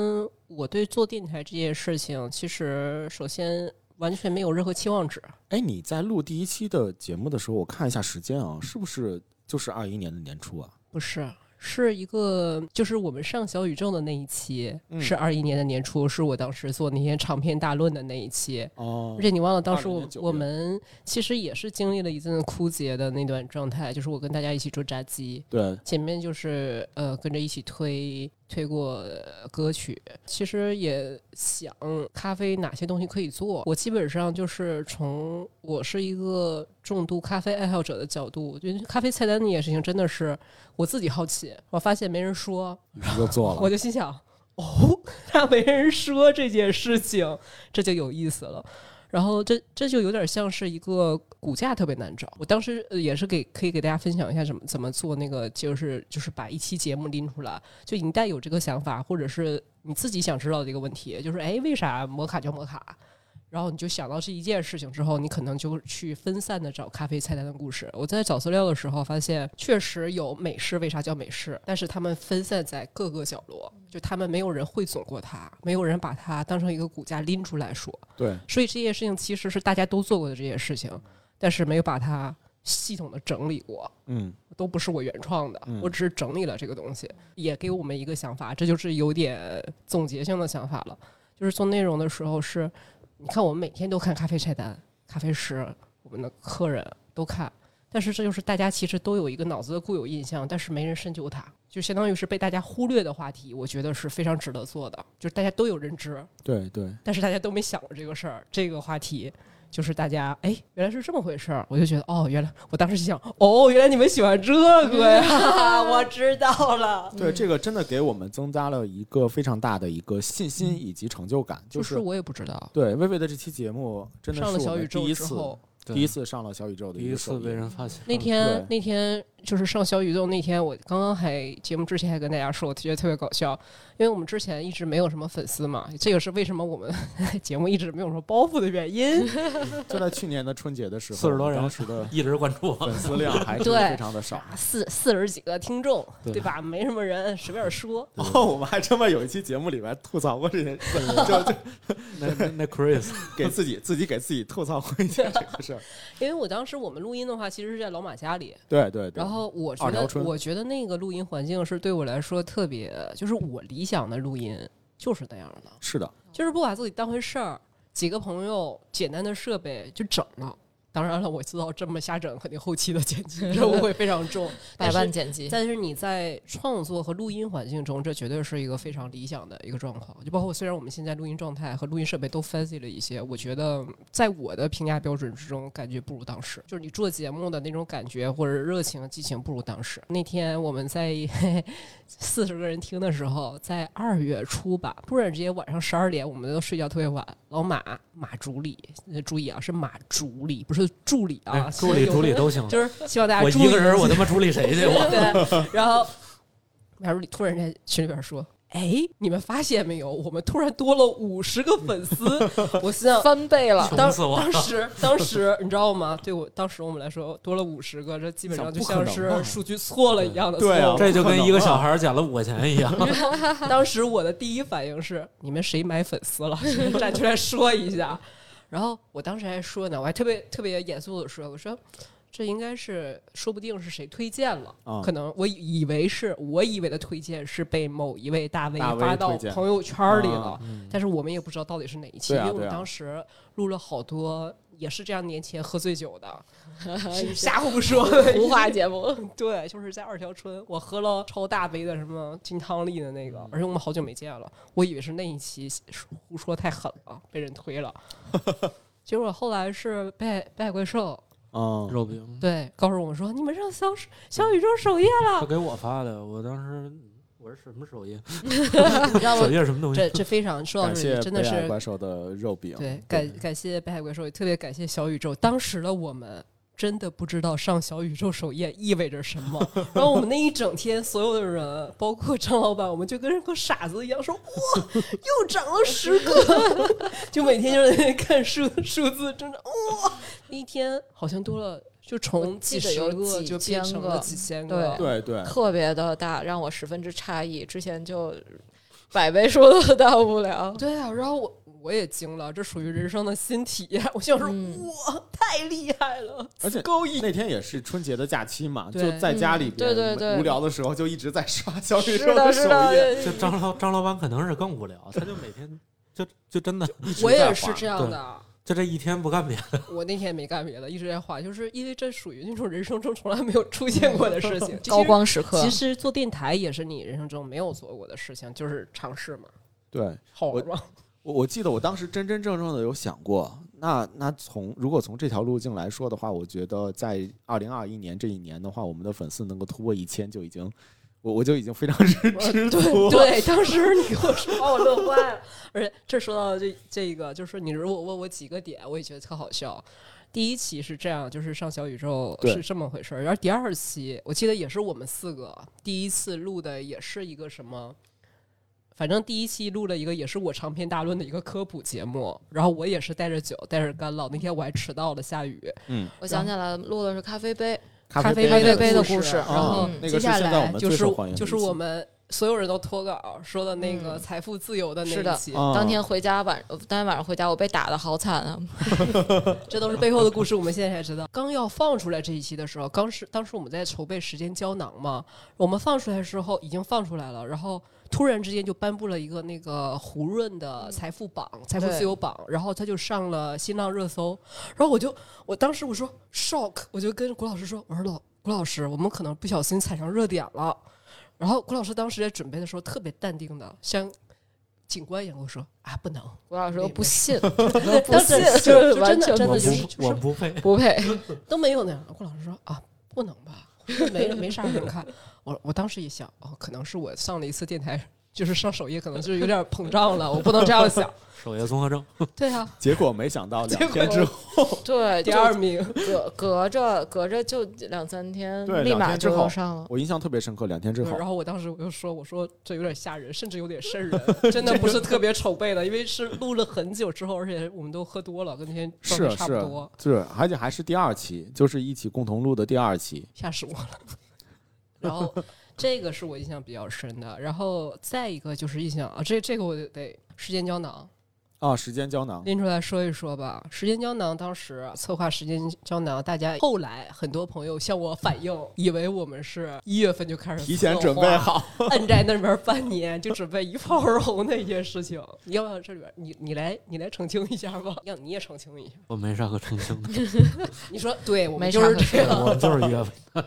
我对做电台这件事情，其实首先完全没有任何期望值。哎，你在录第一期的节目的时候，我看一下时间啊，是不是就是二一年的年初啊？不是，是一个就是我们上小宇宙的那一期，嗯是二一年的年初，是我当时做那些长篇大论的那一期。哦而且你忘了，当时20我年9月我们其实也是经历了一阵枯竭的那段状态，就是我跟大家一起做炸鸡，对，前面就是呃跟着一起推推过呃歌曲，其实也想咖啡哪些东西可以做。我基本上就是从我是一个重度咖啡爱好者的角度，就是咖啡菜单那件事情真的是我自己好奇，我发现没人说，于是就做我了。就心想，哦，他没人说这件事情，这就有意思了。然后这这就有点像是一个骨架特别难找。我当时呃也是给可以给大家分享一下怎么怎么做那个，就是就是把一期节目拎出来。就你带有这个想法，或者是你自己想知道的一个问题，就是哎，为啥摩卡叫摩卡？然后你就想到这一件事情之后，你可能就去分散的找咖啡菜单的故事。我在找资料的时候发现，确实有美式为啥叫美式，但是他们分散在各个角落，就他们没有人汇总过它，没有人把它当成一个骨架拎出来说。对，所以这件事情其实是大家都做过的这件事情，但是没有把它系统的整理过。嗯，都不是我原创的，嗯我只是整理了这个东西，也给我们一个想法，这就是有点总结性的想法了。就是做内容的时候是，你看我们每天都看咖啡菜单、咖啡师，我们的客人都看，但是这就是大家其实都有一个脑子的固有印象，但是没人深究它，就相当于是被大家忽略的话题，我觉得是非常值得做的，就是大家都有认知，对对，但是大家都没想过这个事儿，这个话题。就是大家哎，原来是这么回事儿，我就觉得哦，原来我当时就想哦，原来你们喜欢这个 呀，啊，我知道了。对，这个真的给我们增加了一个非常大的一个信嗯心以及成就感，就是是我也不知道，对薇薇的这期节目真的上了是我小宇们第一宙之次后，对第一次上了小宇宙的第一一个次首被页人发现。那天对那天就是上小宇宙那天，我刚刚还节目之前还跟大家说，我觉得特别搞笑，因为我们之前一直没有什么粉丝嘛，这个是为什么我们 节目一直没有什么包袱的原 因。就在去年的春节的时候， 40多人当时的一直关注我，粉丝量还是对非常的 少。四四十几个听众，对对吧？没什么人，随便说。哦，我们还真的有一期节目里面吐槽过这件事，就就那那那 Chris 给自己自己给自己吐槽过一件这个事儿。因为我当时我们录音的话，其实是在老马家里，对对对然，后我觉二条得村我觉得那个录音环境是对我来说特别，就是我理想的录音就是那样的，是的，就是不把自己当回事儿，几个朋友，简单的设备就整了。当然了，我知道这么瞎整，肯定后期的剪辑任务会非常重，百但万是。剪辑，但是你在创作和录音环境中，这绝对是一个非常理想的一个状况。就包括虽然我们现在录音状态和录音设备都 fancy 了一些，我觉得在我的评价标准之中，感觉不如当时。就是你做节目的那种感觉或者热情激情不如当时。那天我们在 四十个人听的时候，在二月初吧，突然之间晚上十二点，我们都睡觉特别晚。老马马助理，呃注意啊，是马助理，不是助理 啊，哎处理处理都行。就是希望大家我注意一个人，下我他妈处理谁去？ 我 对，然后马助理突然在群里边说：“哎，你们发现没有？我们突然多了五十个粉丝。”我心 想。翻倍了，当穷死我！当时，当时你知道吗？对我，当时我们来说多了五十个，这基本上就想不可像能是啊数据错了一样的错误。对啊这就跟一个小孩捡了五块钱一样。当时我的第一反应是：你们谁买粉丝了？站出来说一下。然后我当时还说呢，我还特别特别严肃的说：“我说这应该是说不定是谁推荐了，啊可能我以为是我以为的推荐是被某一位大 V 大 V 发到推荐朋友圈里了，啊嗯但是我们也不知道到底是哪一期，对啊因为我对们啊当时录了好多也是这样年前喝醉 酒的瞎胡说 胡话节目， 对，就是在二条村，我喝了超大杯的什么金汤力的那嗯个，而且我们好久没见了，我以为是那一期胡说太狠了，被人 推了。结果后来是被被海怪兽嗯， 肉饼，对告诉我们说，你们上小小宇宙首页了。他给我发的，我当时我是什么首 页？你知道首吗？页是什 么东西？这这非常说到感这谢里，真的北海是怪兽的肉饼，对感感谢北海怪兽，也特别感谢小宇宙。当时的我们真的不知道上小宇宙首页意味着什么， 然后我们那一整天，所有的人，包括张老板，我们就跟个傻子一样说：“哇，又涨了十个！” 就每天就是在那看数数字，真的哇，那一天好像多了，就从我记几得十有个几就变千成个了几千对个。对对，特别的大，让我十分之诧异。之前就百倍数都到不了，对啊，然后我我也惊了，这属于人生的新体验。我想说，嗯哇，太厉害了！而且够一那天也是春节的假期嘛，对就在家里嗯对对对边无聊的时候就一直在刷小宇是宙的，是首页，的，就张老张老板可能是更无聊，他就每天就就真的一直我在也滑是这样的。就这一天不干别的。我那天也没干别的，一直在画，就是因为这属于那种人生中从来没有出现过的事 情。高。光时刻其。实做电台也是你人生中没有做过的事情，就是尝试嘛，对。好我玩嘛。我我记得我当时真真正正的有想过，那那从如果从这条路径来说的话，我觉得在二零二一年这一年的话，我们的粉丝能够突破一千就已经，我我就已经非常 知知 足。对，当时你跟我说把我乐坏了， 而且这说到这这个，就是你如果问我几个点，我也觉得特好笑。第一期是这样，就是上小宇宙对是这么回事儿，然后第二期我记得也是我们四个第一次录的，也是一个什么。反正第一期录了一个也是我长篇大论的一个科普节目，然后我也是带着酒带着干酪，那天我还迟到了，下雨，嗯，我想起来了，录的是咖啡杯，咖啡杯的杯的故故事然后嗯那接个是下现在我来们就最是受欢迎的就是一期我们所有人都脱稿说的那个嗯财富自由的是那的一期，啊当天回家晚，呃当天晚上回家我被打的好惨啊！这都是背后的故事，我们现在才知道。刚要放出来这一期的时候，刚是当时我们在筹备时间胶囊嘛，我们放出来之后已经放出来了，然后突然之间就颁布了一个那个胡润的财富榜、财富自由榜，然后他就上了新浪热搜，然后我就我当时我说 shock，我就跟谷老师说，我说老谷老师，我们可能不小心踩上热点了。然后谷老师当时在准备的时候特别淡定的，像警官一样跟我说啊，不能，我老师说没 不信，当时信就就是就完真全的真我的就是不就是我不配。不配。都没有那样。顾老师说啊，不能吧，没没啥人看。我我当时一想，哦，可能是我上了一次电台，就是上首页，可能就是有点膨胀了，我不能这样想。首页综合症， 对啊，结果没想到两天结果之后，对， 第就二名，隔隔着隔着就两三天，对立两马天之就后又上了。我印象特别深刻。两天之对后然，后我当时我就说，我说这有点吓人，甚至有点瘆人，真的不是特别筹备的，因为是录了很久之后，而且我们都喝多了，跟那天状态是啊差不是多，是，而且还是第二期，就是一起共同录的第二期。吓死我了。然后这个是我印象比较深的，然后再一个就是印象啊，这这个我得得时间胶囊啊，时间胶囊，拎出来说一说吧。时间胶囊当时策划时间胶囊，大家后来很多朋友向我反映，以为我们是一月份就开始提前策准备划好， 摁在那边半年，就准备一炮而红的一些事情。要不要这里边你你来你来澄清一下吧？要你也澄清一下。我没啥可澄清的，你说对，我们没就啥是可这样。我们就是 约吧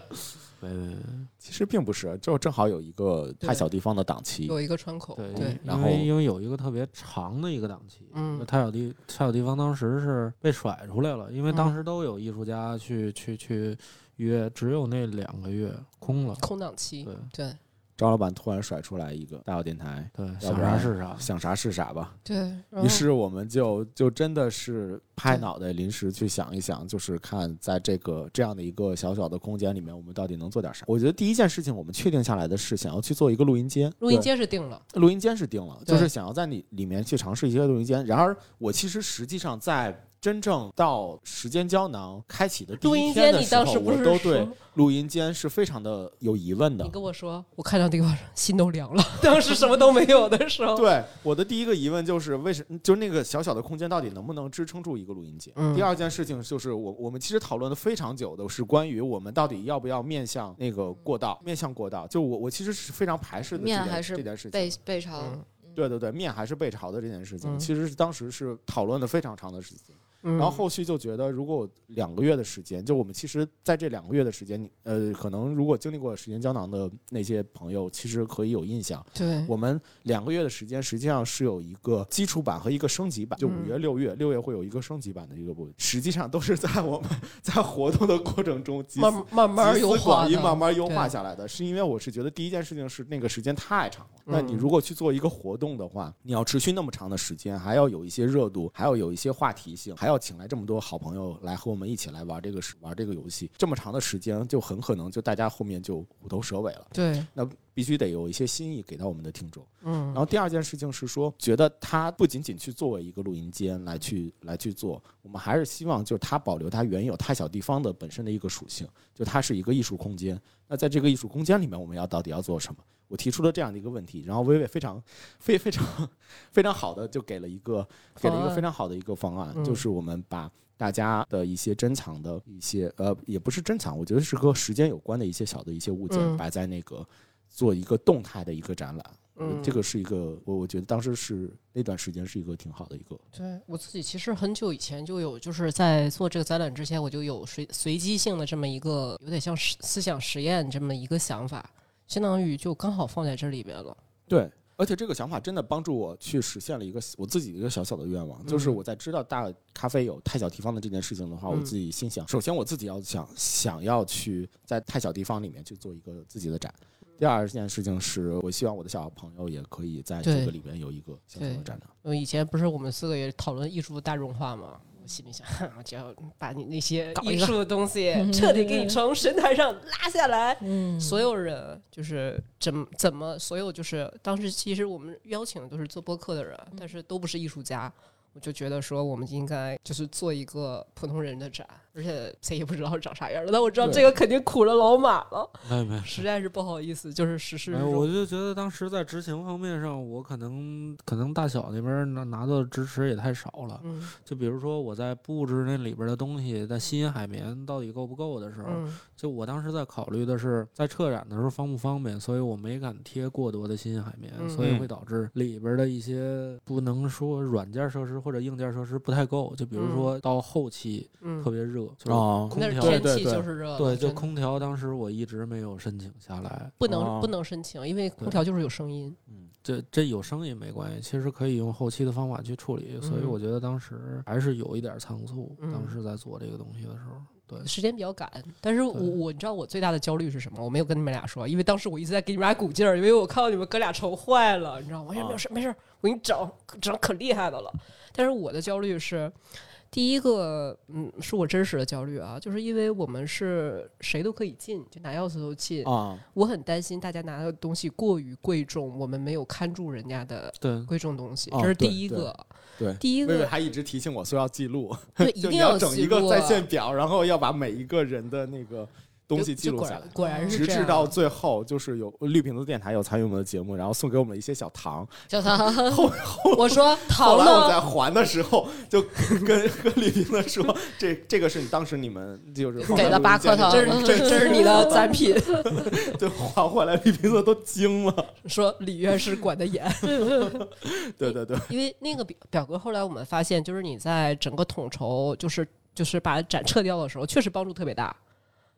没没没，其实并不是，就正好有一个对太小地方的档期。有一个窗口，对，对，然因后为因为有一个特别长的一个档期，嗯太小地太小地方当时是被甩出来了，因为当嗯时都有艺术家去去去约，只有那两个月空了，空档期，对对张老板突然甩出来一个大小电台，对，要想不啥然是啥，想啥是啥吧。对。然于后是我们就就真的是拍嗯对脑袋临时去想一想，就是看在这个这样的一个小小的空间里面，我们到底能做点啥。我觉得第一件事情我们确定下来的是想要去做一个录音间，录音间是定了，对录音间是定了，就对是想要在里里面去尝试一些录音间。然而我其实实际上在。真正到时间胶囊开启的第录一音天间的你时当候，时不我是都对说录音间是非常的有疑问的你。跟我说，我看到这个心都凉了。 当时什么都没有的时候，对，我的第一个疑问就是为什么，就是那个小小的空间到底能不能支撑住一个录音间？嗯第二件事情就是我我们其实讨论的非常久的是关于我们到底要不要面向那个过道，面向过道。就我我其实是非常排斥的这面件还是这件事背情。背朝嗯对对对，面还是背朝的这件事情，嗯其实是当时是讨论的非常长的时间。然然嗯后后续就觉得，如果我两个月的时间，就我们其实在这两个月的时间，你呃，可能如果经历过时间胶囊的那些朋友，其实可以有印象，对我们两个月的时间实际上是有一个基础版和一个升级版，就五嗯月、六月，六月会有一个升级版的一个部分，实际上都是在我 们在活动的过程中集思慢慢慢集优思化广益，的，慢慢优化对下来的。是因为我是觉得第一件事情是那个时间太长了，嗯那你如果去做一个活动的话，你要持续那么长的时间，还要有一些热度，还要有一些话题性，还要请来这么多好朋友来和我们一起来玩嗯这个事玩这个游戏，这么长的时间就很可能就大家后面就虎头蛇尾了。对，那必须得有一些新意给到我们的听众。嗯然，后第二件事情是说，觉得它不仅仅去作为一个录音间来去来去嗯做，嗯呃我们还是希望就是它保留它原有太小地方的本身的一个属性，就它是一个艺术空间。那在这个艺术空间里面，我们要到底要做什么？我提出了这样的一个问题，然后薇薇非常非非常非常好的就给了一个给了一方个案非常好的一个方案，嗯就是我们把。大家的一些珍藏的一些呃，也不是珍藏，我觉得是和时间有关的一些小的一些物件嗯摆在那个做一个动态的一个展览，嗯呃这个是一个我我觉得当时是那段时间是一个挺好的一个，对我自己其实很久以前就有，就是在做这个展览之前，我就有随随机性的这么一个，有点像实思想实验这么一个想法，相当于就刚好放在这里边了。对，而且这个想法真的帮助我去实现了一个我自己的一个小小的愿望，就是嗯我在知道大咖啡有太小地方的这件事情的话，我嗯自己心想，首先我自己要想想要去在太小地方里面去做一个自己的展。第二件事情是我希望我的小朋友也可以在这对个里面有一个小小的对展览。呃因为以前不是我们四个也讨论艺术大融化吗？我心里想， 我只要把你那些搞一艺个术的东西嗯彻底给你从神坛上拉下来，嗯，所有人就是怎么怎么，所有就是当时其实我们邀请的都是做播客的人，但是都不是艺术家。我就觉得说，我们应该就是做一个普通人的展，而且谁也不知道长啥样儿。但我知道对这个肯定苦了老马了，没没。实在是不好意思， 就是实事哎，求我是。就觉得当时在执行方面上，我可能可能大小那边儿拿拿到的支持也太少了。嗯就比如说我在布置那里边儿的东西，在吸引海绵到底够不够的时候，嗯就我当时在考虑的是，在撤展的时候方不方便，所以我没敢贴过多的新海绵，嗯所以会导致里边的一些不能说软件设施或者硬件设施不太够。就比如说到后期特嗯，别热，就是哦空那是调天对气对就是热了，对，就真的空调当时我一直没有申请下来。不能哦不能申请，因为空对调就是有声音。嗯，这这有声音没关系，其实可以用后期的方法去处理，所以嗯我觉得当时还是有一点仓促。嗯当时在做这个东西的时候，对，时间比较赶，但是我对我你知道我最大的焦虑是什么？我没有跟你们俩说，因为当时我一直在给你们俩鼓劲儿，因为我看到你们哥俩愁坏了，你知道吗？我说啊没事没事，我给你整整可厉害的了。但是我的焦虑是，第一个，嗯，是我真实的焦虑啊，就是因为我们是谁都可以进，就拿钥匙都进。啊，我很担心大家拿的东西过于贵重，我们没有看住人家的对，贵重东西，哦这是对第一个。对对第一薇薇个还一直提醒我说要记录，对，一就定你要要整记一个录在啊线表，然后要把每一个人的那个东西就记就录果下然来。果然是直这样至到最后，就是有绿瓶子电台有参与我们的节目，然后送给我们一些小糖。小唐，我说后糖来我呢？在还的时候，就跟跟跟绿瓶子说，这这个是你当时你们就是给了八颗糖这这是 这这是你 的展品，就还回来，绿瓶子都惊了。说李院士管得严，对 对对，因为那个表表格后来我们发现，就是你在整个统筹，就是就是把展撤掉的时候，确实帮助特别大。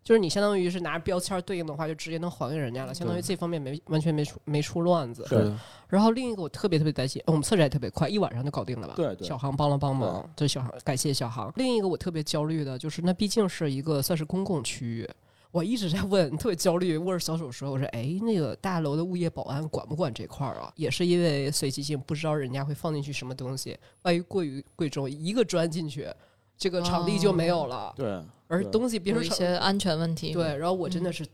就是你相当于是拿标签对应的话，就直接能还给人家了，相当于这方面没完全没出没出乱子。对是的然后另一个我特别特别担心，呃我们测试也特别快，一晚上就搞定了吧？对对嗯小航帮了帮忙，对小航感谢小航。另一个我特别焦虑的就是，那毕竟是一个算是公共区域。我一直在问，特别焦虑，握着小手说：“我说，哎，那个大楼的物业保安管不管这块儿啊？也是因为随机性，不知道人家会放进去什么东西，万一过于贵重，一个砖进去，这个场地就没有了，啊对，而对东西变有成一场些安全问题，对，，然后我嗯真的是，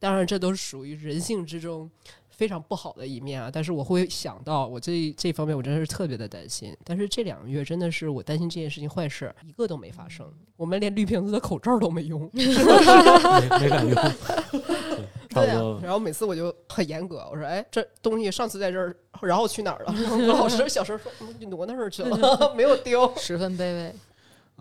当然这都是属于人性之中非常不好的一面啊。但是我会想到，我这这方面我真的是特别的担心。但是这两个月真的是我担心这件事情坏事一个都没发生，嗯我们连绿瓶子的口罩都没用。 没没 敢用，对差不多。然后每次我就很严格，我说：“哎，这东西上次在这儿，然后去哪儿了？” 老师小时候说：“嗯就挪那儿去了， 没有 丢。十分卑微。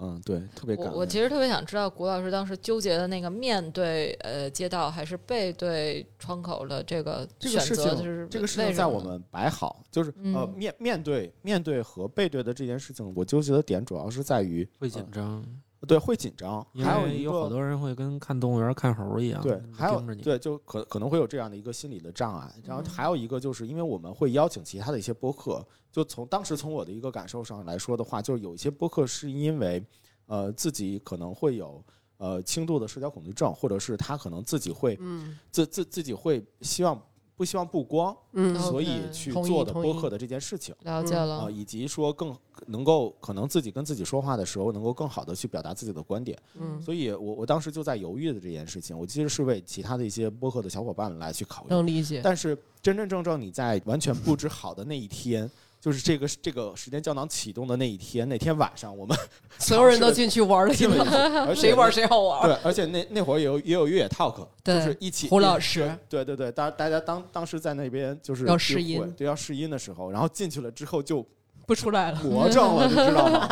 嗯，对，特别感我人。我其实特别想知道谷老师当时纠结的那个面对呃街道还是背对窗口的这个这个选事择，情，就是这个事为情什在么我呢们摆好，就是、呃嗯面面对面对和背对的这件事情，我纠结的点主要是在于会紧张，呃对会紧张，因还有为一有个好多人会跟看动物园看猴儿一样，对，嗯还有盯着你。对，就可可能会有这样的一个心理的障碍。然后嗯还有一个就是，因为我们会邀请其他的一些播客，就从当时从我的一个感受上来说的话，就是有一些播客是因为呃自己可能会有。呃，轻度的社交恐惧症，或者是他可能自己会”嗯自自自己会希望不希望曝光，嗯所以 OK，去同意做的同播意客的这件事情。了解嗯啊、了，以及说更能够可能自己跟自己说话的时候，能够更好的去表达自己的观点。嗯，所以我我当时就在犹豫的这件事情，我其实是为其他的一些播客的小伙伴来去考虑。能理解。但是真真正正你在完全布置好的那一天，就是这个这个时间胶囊启动的那一天，那天晚上我们所有人都进去玩了，进了以后，而且哎 谁玩谁好玩。对，而且那那会儿也有也有越野 talk，就对是一起胡老师，对对对，当大家当当时在那边就是要聚试会音对，要试音的时候，然后进去了之后就不出来了。魔怔了，你知道 吗？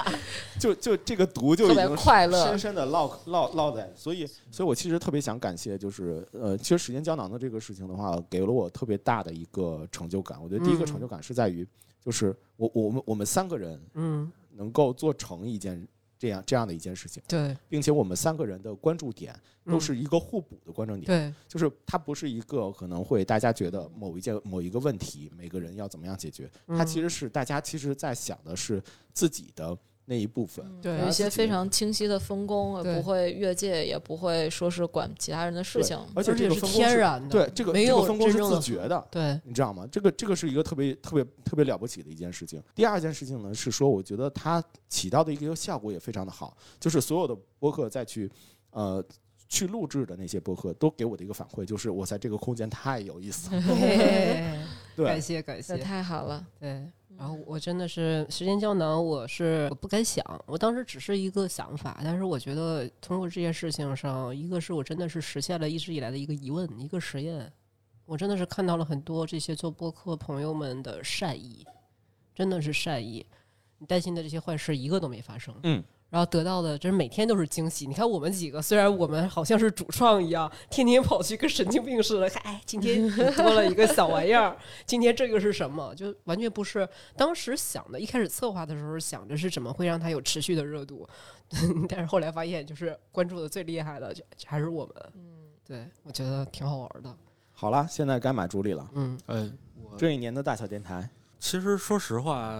就就这个毒就已特别经快乐深，深的烙烙烙在，所以所以我其实特别想感谢，就是呃，其实时间胶囊的这个事情的话，给了我特别大的一个成就感。我觉得第一个嗯成就感是在于，就是我我们我们三个人嗯，能够做成一件这样这样的一件事情，对，并且我们三个人的关注点都嗯是一个互补的关注点，对，就是它不是一个可能会大家觉得某一件某一个问题，每个人要怎么样解决，它其实实是大家其实在想的是自己的那一部分。嗯对有一些非常清晰的分工，而对不会越界，也不会说是管其他人的事对情。而且而这且个是分工天然的，对这个没这有个分工是真正自的觉的，对，你知道吗？这个这个是一个特别特别特别了不起的一件事情。第二件事情呢是说，我觉得它起到的一个效果也非常的好，就是所有的播客再去呃去录制的那些播客都给我的一个反馈，就是哇塞，这个空间太有意 思了。嘿感对，谢感谢那，太好了，对。然后我真的是时间胶囊，我是我不敢想，我当时只是一个想法，但是我觉得通过这件事情上，一个是我真的是实现了一直以来的一个疑问，一个实验，我真的是看到了很多这些做播客朋友们的善意，真的是善意。你担心的这些坏事一个都没发生，嗯，然后得到的真是每天都是惊喜。你看我们几个，虽然我们好像是主创一样，天天跑去跟神经病似的，看哎，今天多了一个小玩意儿，今天这个是什么？就完全不是当时想的。一开始策划的时候想着是怎么会让它有持续的热度， 但是后来发现，就是关注的最厉害的就就还是我们。嗯，对，我觉得挺好玩的。好了，现在该买朱莉了。嗯，哎，我这一年的大小电台，其实说实话，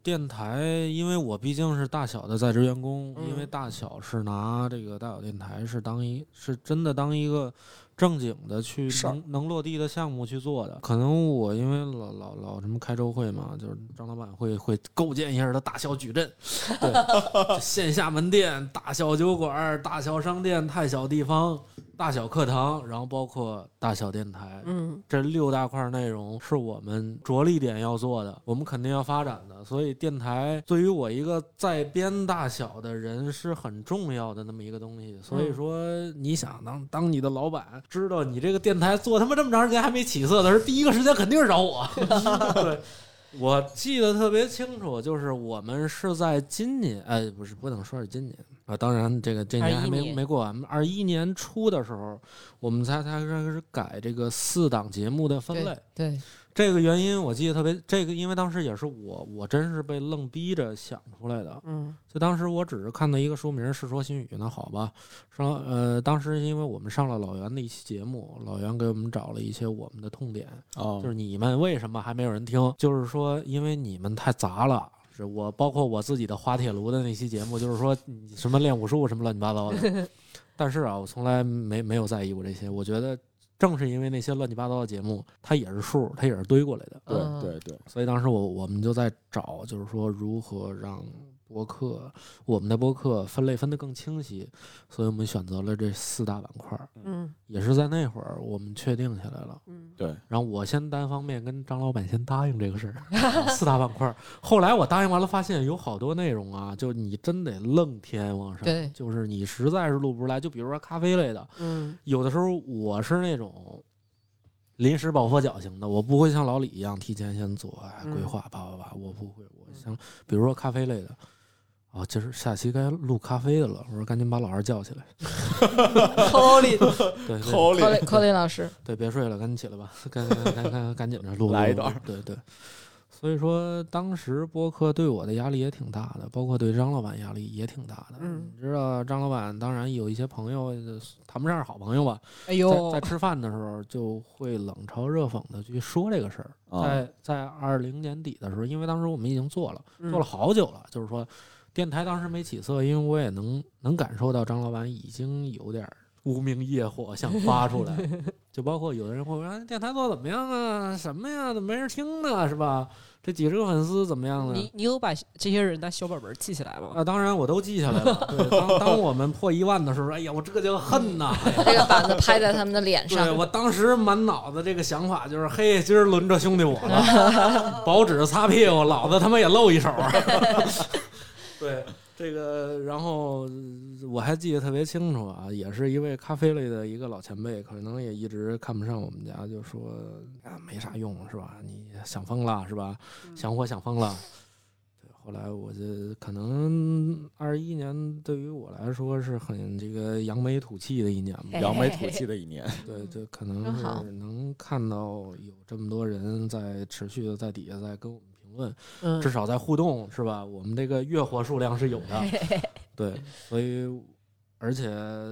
电台因为我毕竟是大小的在职员工，嗯因为大小是拿这个大小电台是当一是真的当一个正经的去事儿能能落地的项目去做的。可能我因为老老老什么开周会嘛，就是张老板会会构建一下他大小矩 阵，对，线下门店、大小酒馆、大小商店、太小地方、大小课堂，然后包括大小电台，嗯，这六大块内容是我们着力点要做的，我们肯定要发展的。所以电台对于我一个在编大小的人是很重要的那么一个东西。所以说，你想当当你的老板，知道你这个电台做他妈这么长时间还没起色的时候，第一个时间肯定是找我。 对。我记得特别清楚，就是我们是在今年，哎，不是不能说是今年啊，当然这个这年还21没年没过完，二一年初的时候，我们才才开始改这个四档节目的分类。对，这个原因我记得特别，这个因为当时也是我，我真是被愣逼着想出来的。嗯，就当时我只是看到一个书名《世说新语》，那好吧，上呃，当时因为我们上了老袁的一期节目，老袁给我们找了一些我们的痛点，哦就是你们为什么还没有人听？就是说，因为你们太杂了。是我包括我自己的滑铁卢的那期节目，就是说你什么练武术什么乱七八糟的。但是啊，我从来没没有在意过这些。我觉得正是因为那些乱七八糟的节目，它也是数，它也是堆过来的。对嗯对对，所以当时我我们就在找，就是说如何让播客我们的播客分类分得更清晰。所以我们选择了这四大板块儿，嗯也是在那会儿我们确定下来了。嗯，然后我先单方面跟张老板先答应这个事儿，啊四大板块儿。后来我答应完了，发现有好多内容啊，就你真得愣填往上，对就是你实在是录不出来。就比如说咖啡类的， 嗯，有的时候我是那种临时抱佛脚型的，我不会像老李一样提前先做哎嗯规划，叭叭叭，我不会。我像比如说咖啡类的。哦，今儿下期该录咖啡的了，我说赶紧把老二叫起来。偷里 对，对偷柯林柯林老师，对，别睡了，赶紧起来吧，赶赶赶赶赶紧着录来一录段儿对对。所以说，当时播客对我的压力也挺大的，包括对张老板压力也挺大的。嗯你知道张老板，当然有一些朋友，呃谈不上是好朋友吧，哎在在呦，吃饭的时候就会冷嘲热讽的去说这个事儿。啊，在在二零年底的时候，因为当时我们已经做了，嗯做了好久了，就是说电台当时没起色，因为我也能能感受到张老板已经有点儿无名业火想发出 来，就包括有的人会说、哎、电台做得怎么样啊，什么呀，怎么没人听呢，是吧？这几十个粉丝怎么样呢？你你有把这些人的小本本记起来吗？啊，当然我都记下来了。对，当当我们破一万的时候，哎呀，我这就恨呐、哎呀这个板子拍在他们 的脸对上，我当时满脑子这个想法就是，嘿，今儿轮着兄弟我了，薄纸擦屁股，老子他妈也露一手。 对这个，然后呃我还记得特别清楚啊，也是一位咖啡类的一个老前辈，可能也一直看不上我们家，就说啊没啥用是吧？你想疯了是吧？想火想疯了。对，后来我就可能二一年对于我来说是很这个扬眉吐气的一年哎吧。扬眉 吐气的一年，对，嗯就可能真好是能看到有这么多人在持续的在底下在跟我们评论，嗯至少在互动是吧？我们这个月活数量是有 的，对，所以而且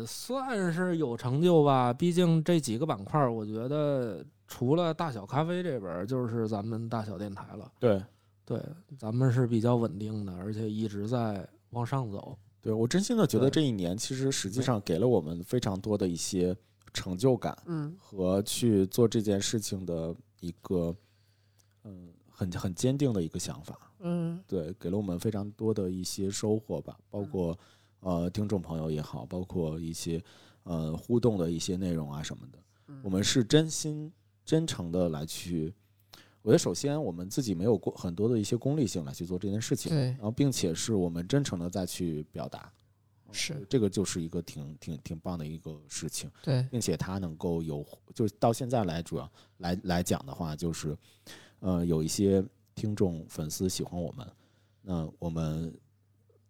算是有成就吧。毕竟这几个板块儿，我觉得除了大小咖啡这边儿，就是咱们大小电台了。对。对，咱们是比较稳定的，而且一直在往上走。对我真心的觉得对这一年其实实际上给了我们非常多的一些成就感嗯和去做这件事情的一个嗯很很坚定的一个想法。嗯对，给了我们非常多的一些收获吧，包括呃听众朋友也好，包括一些呃互动的一些内容啊什么的，我们是真心真诚的来去。我觉得首先我们自己没有过很多的一些功利性来去做这件事情，对然后并且是我们真诚的再去表达，呃是这个就是一个挺挺挺棒的一个事情，对并且它能够有，就是到现在来主要来来讲的话，就是呃有一些听众粉丝喜欢我们，那我们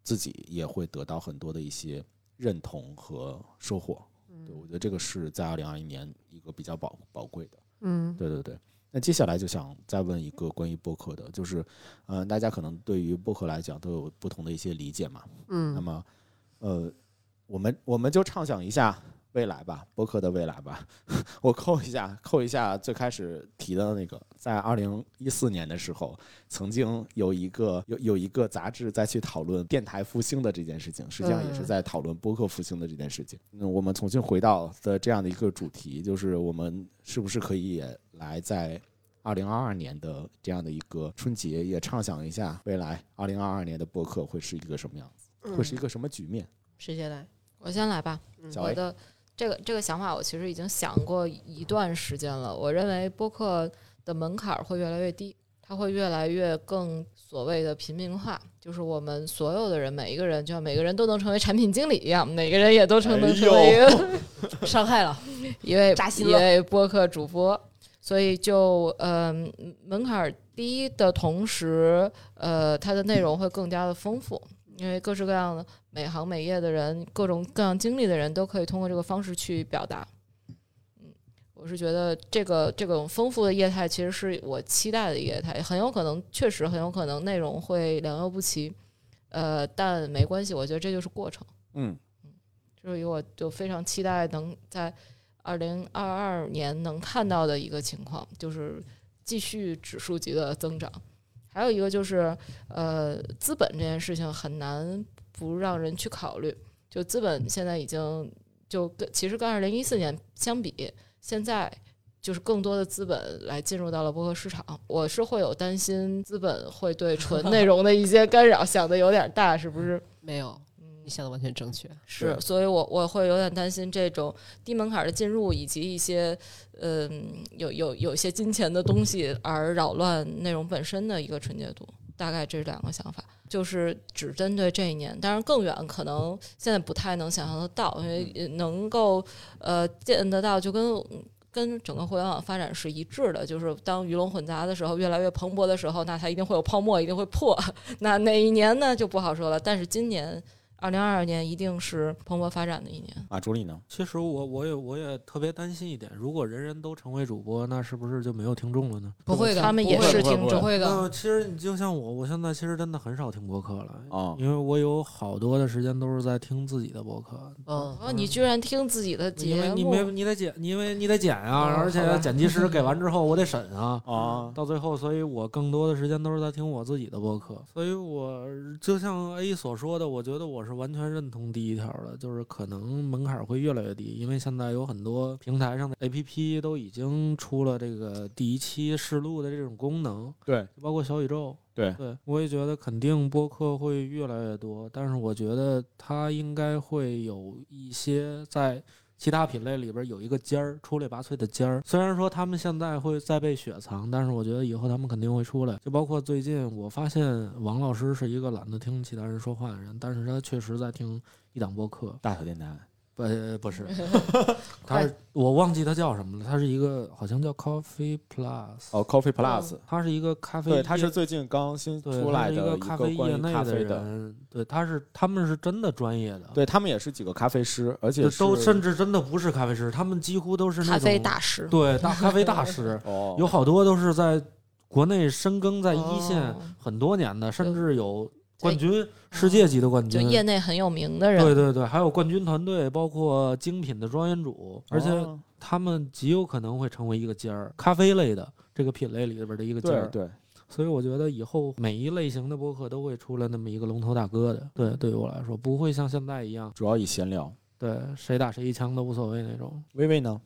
自己也会得到很多的一些认同和收获。对，我觉得这个是在二零二一年一个比较宝宝贵的。嗯对对对。那接下来就想再问一个关于播客的，就是，嗯、大家可能对于播客来讲都有不同的一些理解嘛。那嗯么，呃，我们我们就畅想一下，未来吧，播客的未来吧。 我扣一下，扣一下最开始提的那个，在二零一四年的时候，曾经有一个有有一个杂志在去讨论电台复兴的这件事情，实际上也是在讨论播客复兴的这件事情。那我们重新回到的这样的一个主题，就是我们是不是可以也来在二零二二年的这样的一个春节，也畅想一下未来二零二二年的播客会是一个什么样子，会是一个什么局面？谁先来？我先来吧。小我 A，的这个这个想法，我其实已经想过一段时间了。我认为播客的门槛儿会越来越低，它会越来越更所谓的平民化，就是我们所有的人，每一个人，就像每个人都能成为产品经理一样，每个人也都成能成为一 个、伤害了，一位哎扎心一了位播客主播，所以就嗯、门槛儿低的同时，呃，它的内容会更加的丰富，因为各式各样的每行每业的人，各种各样经历的人都可以通过这个方式去表达。嗯，我是觉得这个这种丰富的业态其实是我期待的业态，很有可能确实很有可能内容会良莠不齐，呃，但没关系，我觉得这就是过程。嗯，这是我就非常期待能在二零二二年能看到的一个情况，就是继续指数级的增长。还有一个就是，呃，资本这件事情很难不让人去考虑。就资本现在已经就跟其实跟二零一四年相比，现在就是更多的资本来进入到了播客市场。我是会有担心资本会对纯内容的一些干扰，想的有点大，是不是？嗯没有，你想的完全正确。是，所以我我会有点担心这种低门槛的进入，以及一些嗯，有有有一些金钱的东西而扰乱内容本身的一个纯洁度。大概这是两个想法，就是只针对这一年，当然更远可能现在不太能想象得到，因为呃能够呃见得到，就跟跟整个互联网发展是一致的，就是当鱼龙混杂的时候，越来越蓬勃的时候，那它一定会有泡沫，一定会破。 那哪一年呢就不好说了，但是今年。二零二二年一定是蓬勃发展的一年。马助理呢？其实我我也我也特别担心一点，如果人人都成为主播，那是不是就没有听众了呢？不会的，他们也不会是的听不众，会的。嗯，其实你就像我，我现在其实真的很少听播客了，哦，因为我有好多的时间都是在听自己的播客。嗯，哦，你居然听自己的节因为目，你没你得剪，因为你得剪啊，哦而好吧且剪辑师给完之后我得审 啊。哦，到最后，所以我更多的时间都是在听我自己的播客。所以我就像 A 所说的，我觉得我是完全认同第一条的，就是可能门槛会越来越低，因为现在有很多平台上的 APP 都已经出了这个第一期试录的这种功能，对包括小宇宙。对，对，我也觉得肯定播客会越来越多，但是我觉得它应该会有一些在其他品类里边有一个尖儿，出类拔萃的尖儿。虽然说他们现在会再被雪藏，但是我觉得以后他们肯定会出来。就包括最近我发现王老师是一个懒得听其他人说话的人，但是他确实在听一档播客，大小电台。不呃不是， 他是我忘记他叫什么了，他是一个好像叫 Coffee Plus，哦，Coffee Plus，他是一个咖啡对，它业是最近刚新对出他来是一的个一咖个啡关业于内咖啡的，人，对，他是他们是真的专业的， 对他们也是几个咖啡师，而且就都是，甚至真的不是咖啡师，他们几乎都是那咖啡种大师，对大咖啡大师哦， 有好多都是在国内深耕在一线哦很多年的，甚对至有冠军，世界级的冠就军。业内很有名的人，对对对，还有冠军团队，包括精品的庄园主，而且哦他们极有可能会成为一个尖儿，咖啡类的这个品类里边的一个尖对儿。对，所以我觉得以后每一类型的播客都会出来那么一个龙头大哥的。对，对于我来说，不会像现在一样，主要以闲聊。对谁打谁一枪都无所谓那种。微微呢？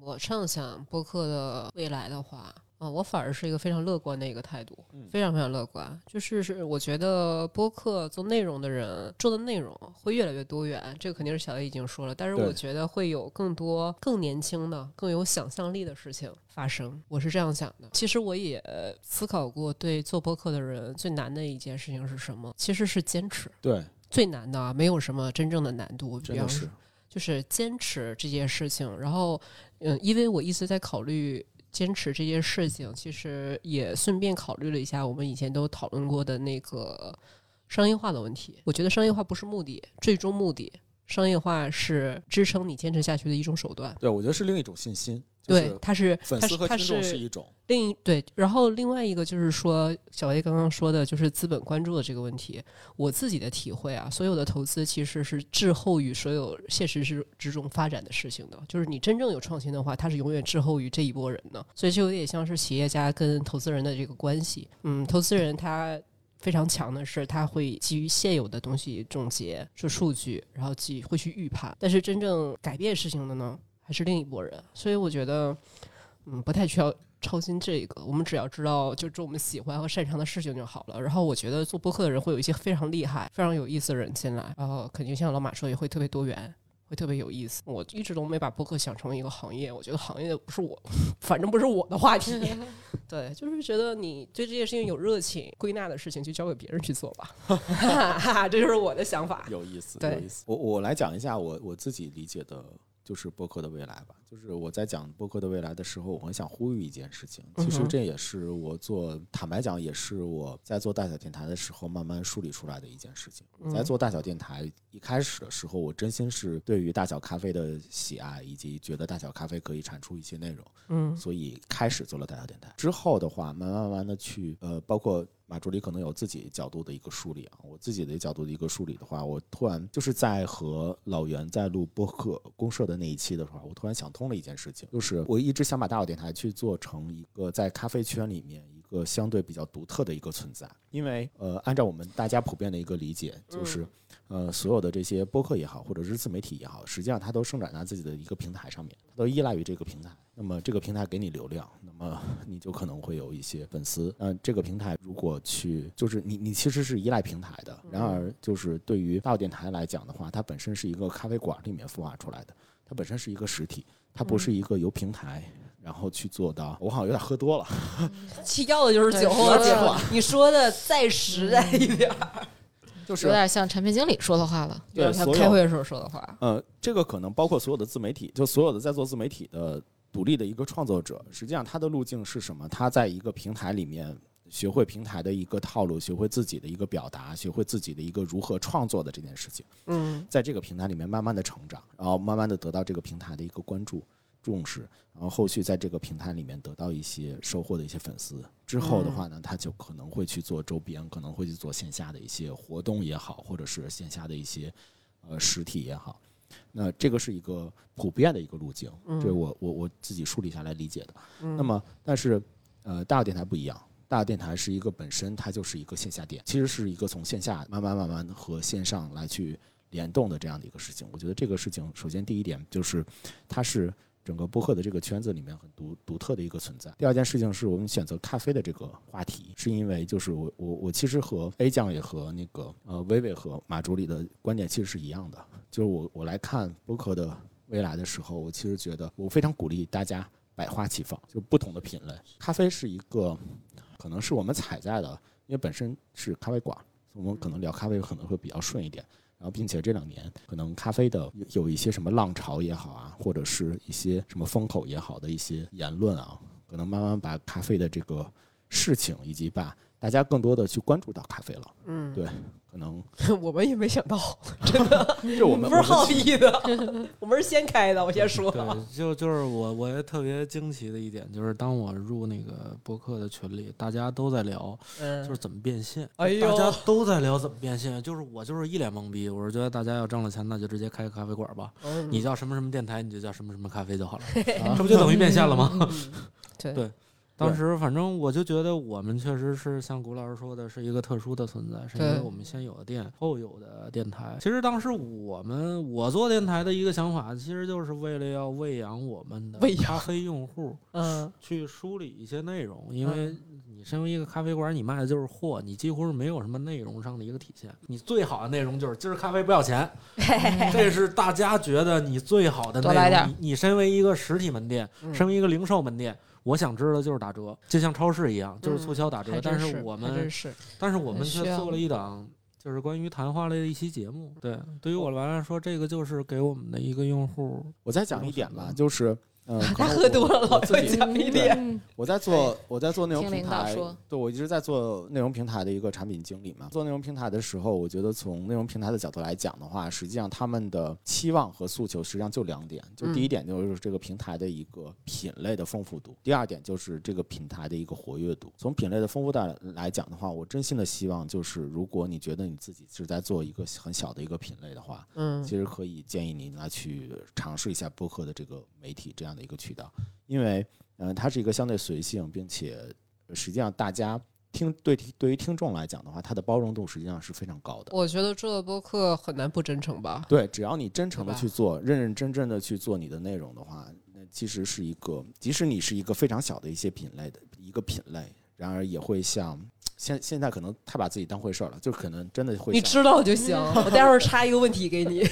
我畅想播客的未来的话，啊、我反而是一个非常乐观的一个态度，嗯非常非常乐观。就是是，我觉得播客做内容的人做的内容会越来越多元，这个肯定是小 A 已经说了。但是对我觉得会有更多更年轻的、更有想象力的事情发生，我是这样想的。其实我也思考过，对做播客的人最难的一件事情是什么？其实是坚持，对，最难的啊没有什么真正的难度，真比方的是，就是坚持这件事情。然后，嗯，因为我一直在考虑坚持这件事情，其实也顺便考虑了一下我们以前都讨论过的那个商业化的问题。我觉得商业化不是目的，最终目的。商业化是支撑你坚持下去的一种手段，对我觉得是另一种信心。就对是，他是粉他丝是和他听众是是一种，另一对，然后另外一个就是说，小 A 刚刚说的就是资本关注的这个问题。我自己的体会啊，所有的投资其实是滞后于所有现实之之中发展的事情的。就是你真正有创新的话，它是永远滞后于这一波人的。所以就有点像是企业家跟投资人的这个关系。嗯，投资人他。非常强的是，他会基于现有的东西总结是数据，然后基会去预判。但是真正改变事情的呢，还是另一拨人。所以我觉得，嗯，不太需要操心这个，我们只要知道就做我们喜欢和擅长的事情就好了。然后我觉得做播客的人会有一些非常厉害、非常有意思的人进来，然后肯定像老马说，也会特别多元。会特别有意思。我一直都没把播客想成一个行业，我觉得行业不是我， 反正不是我的话题。 对，就是觉得你对这件事情有热情，归纳的事情就交给别人去做吧。 哈哈，这就是我的想法。有意思，对有意思。我我来讲一下我我自己理解的，就是播客的未来吧。就是我在讲播客的未来的时候，我很想呼吁一件事情。其实嗯哼这也是我做，坦白讲，也是我在做大小电台的时候慢慢梳理出来的一件事情。我在嗯做大小电台一开始的时候，我真心是对于大小咖啡的喜爱，以及觉得大小咖啡可以产出一些内容。嗯所以开始做了大小电台。之后的话，慢慢慢慢的去呃，包括马助理可能有自己角度的一个梳理啊，我自己的角度的一个梳理的话，我突然就是在和老袁在录播客公社的那一期的时候，我突然想通了一件事情，就是我一直想把大小电台去做成一个在咖啡圈里面。一个相对比较独特的一个存在，因为呃，按照我们大家普遍的一个理解，就是呃，所有的这些播客也好，或者是自媒体也好，实际上它都生长在自己的一个平台上面，它都依赖于这个平台。那么这个平台给你流量，那么 你就可能会有一些粉丝。嗯，这个平台如果去，就是你你其实是依赖平台的。然而，就是对于大电台来讲的话，它本身是一个咖啡馆里面孵化出来的，它本身是一个实体，它不是一个由平台。然后去做到，我好像有点喝多了。其要的就是酒后对酒说，你说的再实在一点儿，就是有点像产品经理说的话 了。对他所有开会的时候说的话，呃，这个可能包括所有的自媒体，就所有的在做自媒体的独立的一个创作者，实际上他的路径是什么？他在一个平台里面学会平台的一个套路，学会自己的一个表达，学会自己的一个如何创作的这件事情，嗯在这个平台里面慢慢的成长，然后慢慢的得到这个平台的一个关注。重视，然后后续在这个平台里面得到一些收获的一些粉丝之后的话呢，他就可能会去做周边，可能会去做线下的一些活动也好，或者是线下的一些呃实体也好。那这个是一个普遍的一个路径，这是我我我自己梳理下来理解的。那么，但是呃，大电台不一样，大电台是一个本身它就是一个线下店，其实是一个从线下慢慢慢慢地和线上来去联动的这样的一个事情。我觉得这个事情，首先第一点就是它是整个播客的这个圈子里面很独独特的一个存在。第二件事情是我们选择咖啡的这个话题，是因为就是我我我其实和 A 酱也和那个呃薇薇和马助理的观点其实是一样的，就是我我来看播客的未来的时候，我其实觉得我非常鼓励大家百花齐放，就不同的品类。咖啡是一个可能是我们踩在的，因为本身是咖啡馆，我们可能聊咖啡可能会比较顺一点。然后，并且这两年可能咖啡的有有一些什么浪潮也好啊，或者是一些什么风口也好的一些言论啊，可能慢慢把咖啡的这个事情，以及把大家更多的去关注到咖啡了。嗯，对可 能我们也没想到，这我们不是我们好意的，我们是先开的，我先说。对，就就是我，我也特别惊奇的一点就是，当我入那个博客的群里，大家都在聊，就嗯是，怎么变现。哎呦大家都在聊怎么变现，就是我就是一脸懵逼。我是觉得大家要挣了钱，那就直接开个咖啡馆吧。嗯嗯你叫什么什么电台，你就叫什么什么咖啡就 好了，啊这不就等于变现了吗？嗯对对当时反正我就觉得我们确实是像谷老师说的，是一个特殊的存在，是因为对我们先有的店，后有的电台。其实当时我们我做电台的一个想法，其实就是为了要喂养我们的喂养咖啡用户，嗯去梳理一些内容，嗯因为你身为一个咖啡馆，你卖的就是货，你几乎是没有什么内容上的一个体现。你最好的内容就是今儿咖啡不要钱，这是大家觉得你最好的内嗯多来点容儿。嗯你你身为一个实体门店，身为一个零售门店。我想知道的就是打折，就像超市一样，就是嗯促销打折。还但真是我还真们，是但是我们很却需要做了一档，就是关于谈话类的一期节嗯目。对，对于我来说，这个就是给我们的一个用户，我再讲一点吧，就是 嗯，可他能喝我多了，老我自会己讲一对脸。嗯我在做我在做内容听平领导台说，对我一直在做内容平台的一个产品经理嘛。做内容平台的时候，我觉得从内容平台的角度来讲的话，实际上他们的期望和诉求实际上就两点，就嗯第一点就是这个平台的一个品类的丰富度，第二点就是这个平台的一个活跃度。从品类的丰富度来讲的话，我真心的希望就是，如果你觉得你自己是在做一个很小的一个品类的话，嗯其实可以建议您来去尝试一下播客的这个媒体这样的一个渠道，因为嗯、呃它是一个相对随性，并且呃实际上大家听对对于听众来讲的话，它的包容度实际上是非常高的。我觉得做播客很难不真诚吧？对，只要你真诚的对吧去做，认认真真的去做你的内容的话，那其实是一个，即使你是一个非常小的一些品类的一个品类，然而也会像现现在可能太把自己当回事儿了，就可能真的会你像知道就行。我待会儿插一个问题给你。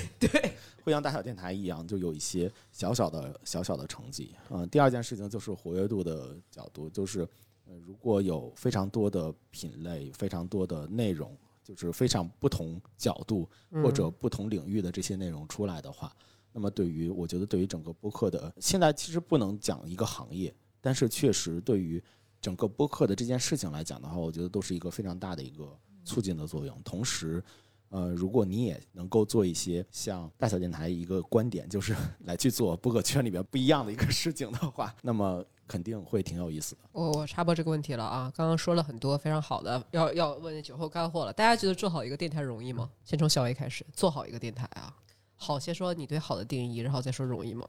会像大小电台一样，就有一些小小的小小的成绩。嗯、第二件事情就是活跃度的角度，就是、呃、如果有非常多的品类、非常多的内容，就是非常不同角度或者不同领域的这些内容出来的话，那么对于我觉得对于整个播客的现在其实不能讲一个行业，但是确实对于整个播客的这件事情来讲的话，我觉得都是一个非常大的一个促进的作用。同时，呃，如果你也能够做一些像大小电台一个观点，就是 来去做播客圈里面不一样的一个事情的话，那么肯定会挺有意思的。 我我插播这个问题了啊，刚刚说了很多非常好的，要要问酒后干货了。大家觉得做好一个电台容易吗？先从小 A 开始，做好一个电台啊。好，先说你对好的定义，然后再说容易吗？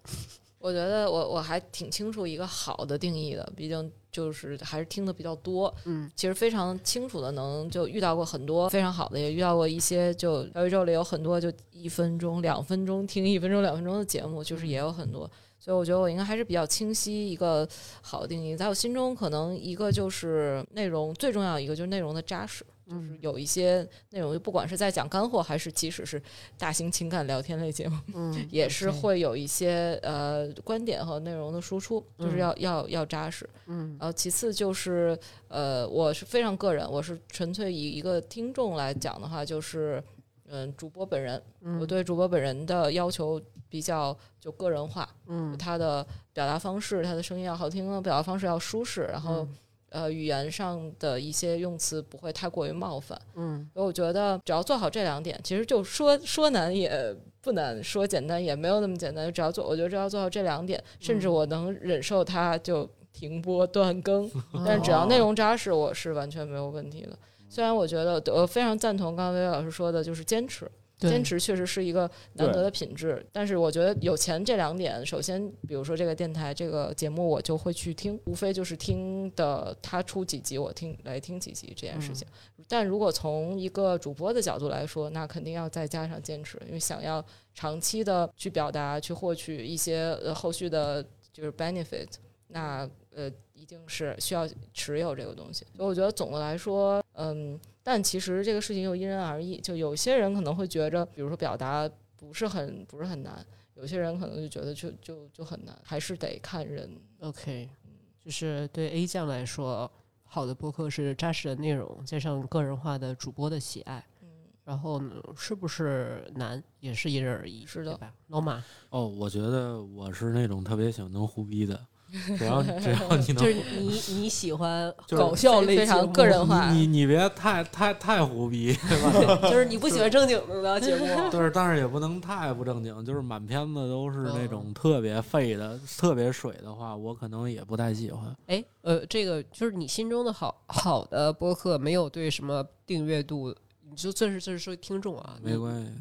我觉得我我还挺清楚一个好的定义的，毕竟就是还是听的比较多，嗯，其实非常清楚的能就遇到过很多非常好的，也遇到过一些就小宇宙里有很多就一分钟、两分钟听一分钟、两分钟的节目，就是也有很多，所以我觉得我应该还是比较清晰一个好的定义，在我心中可能一个就是内容最重要一个就是内容的扎实。嗯就是有一些内容，就不管是在讲干货，还是即使是大型情感聊天类节目，嗯也是会有一些呃观点和内容的输出，就是要、要要扎实。嗯然后其次就是呃，我是非常个人，我是纯粹以一个听众来讲的话，就是嗯，主播本人，嗯我对主播本人的要求比较就个人化，嗯他的表达方式，他的声音要好听，表达方式要舒适，然后、呃语言上的一些用词不会太过于冒犯。嗯所以我觉得只要做好这两点，其实就说说难也不难，说简单也没有那么简单。只要做，我觉得只要做好这两点，甚至我能忍受它就停播断更，但是只哦要内容扎实，我是完全没有问题的。虽然我觉得我非常赞同刚才魏老师说的，就是坚持，坚持确实是一个难得的品质。但是我觉得有钱这两点，首先，比如说这个电台这个节目，我就会去听，无非就是听的他出几集，我听来听几集这件事情。嗯但如果从一个主播的角度来说，那肯定要再加上坚持，因为想要长期的去表达、去获取一些呃后续的，就是 benefit，那呃一定是需要持有这个东西。所以我觉得总的来说，嗯。但其实这个事情又因人而异，就有些人可能会觉着，比如说表达不是很不是很难，有些人可能就觉得就就就很难，还是得看人。 ，OK，就是对 A 酱来说，好的播客是扎实的内容，加上个人化的主播的喜爱。然后呢，是不是难也是因人而异，是的对吧？老马哦，我觉得我是那种特别喜欢能胡逼 的，只要只要你能哎就是你你喜欢就是搞笑类非节常目个人化你你你别太太太胡逼，对吧？ 就是你不喜欢正经的呢节目，啊但是但是也不能太不正经，就是满片子都是那种哦特别废的、特别水的话，我可能也不太喜欢。哎，呃，这个就是你心中的好好的播客，没有对什么订阅度，你就这是这是说听众啊，没关系，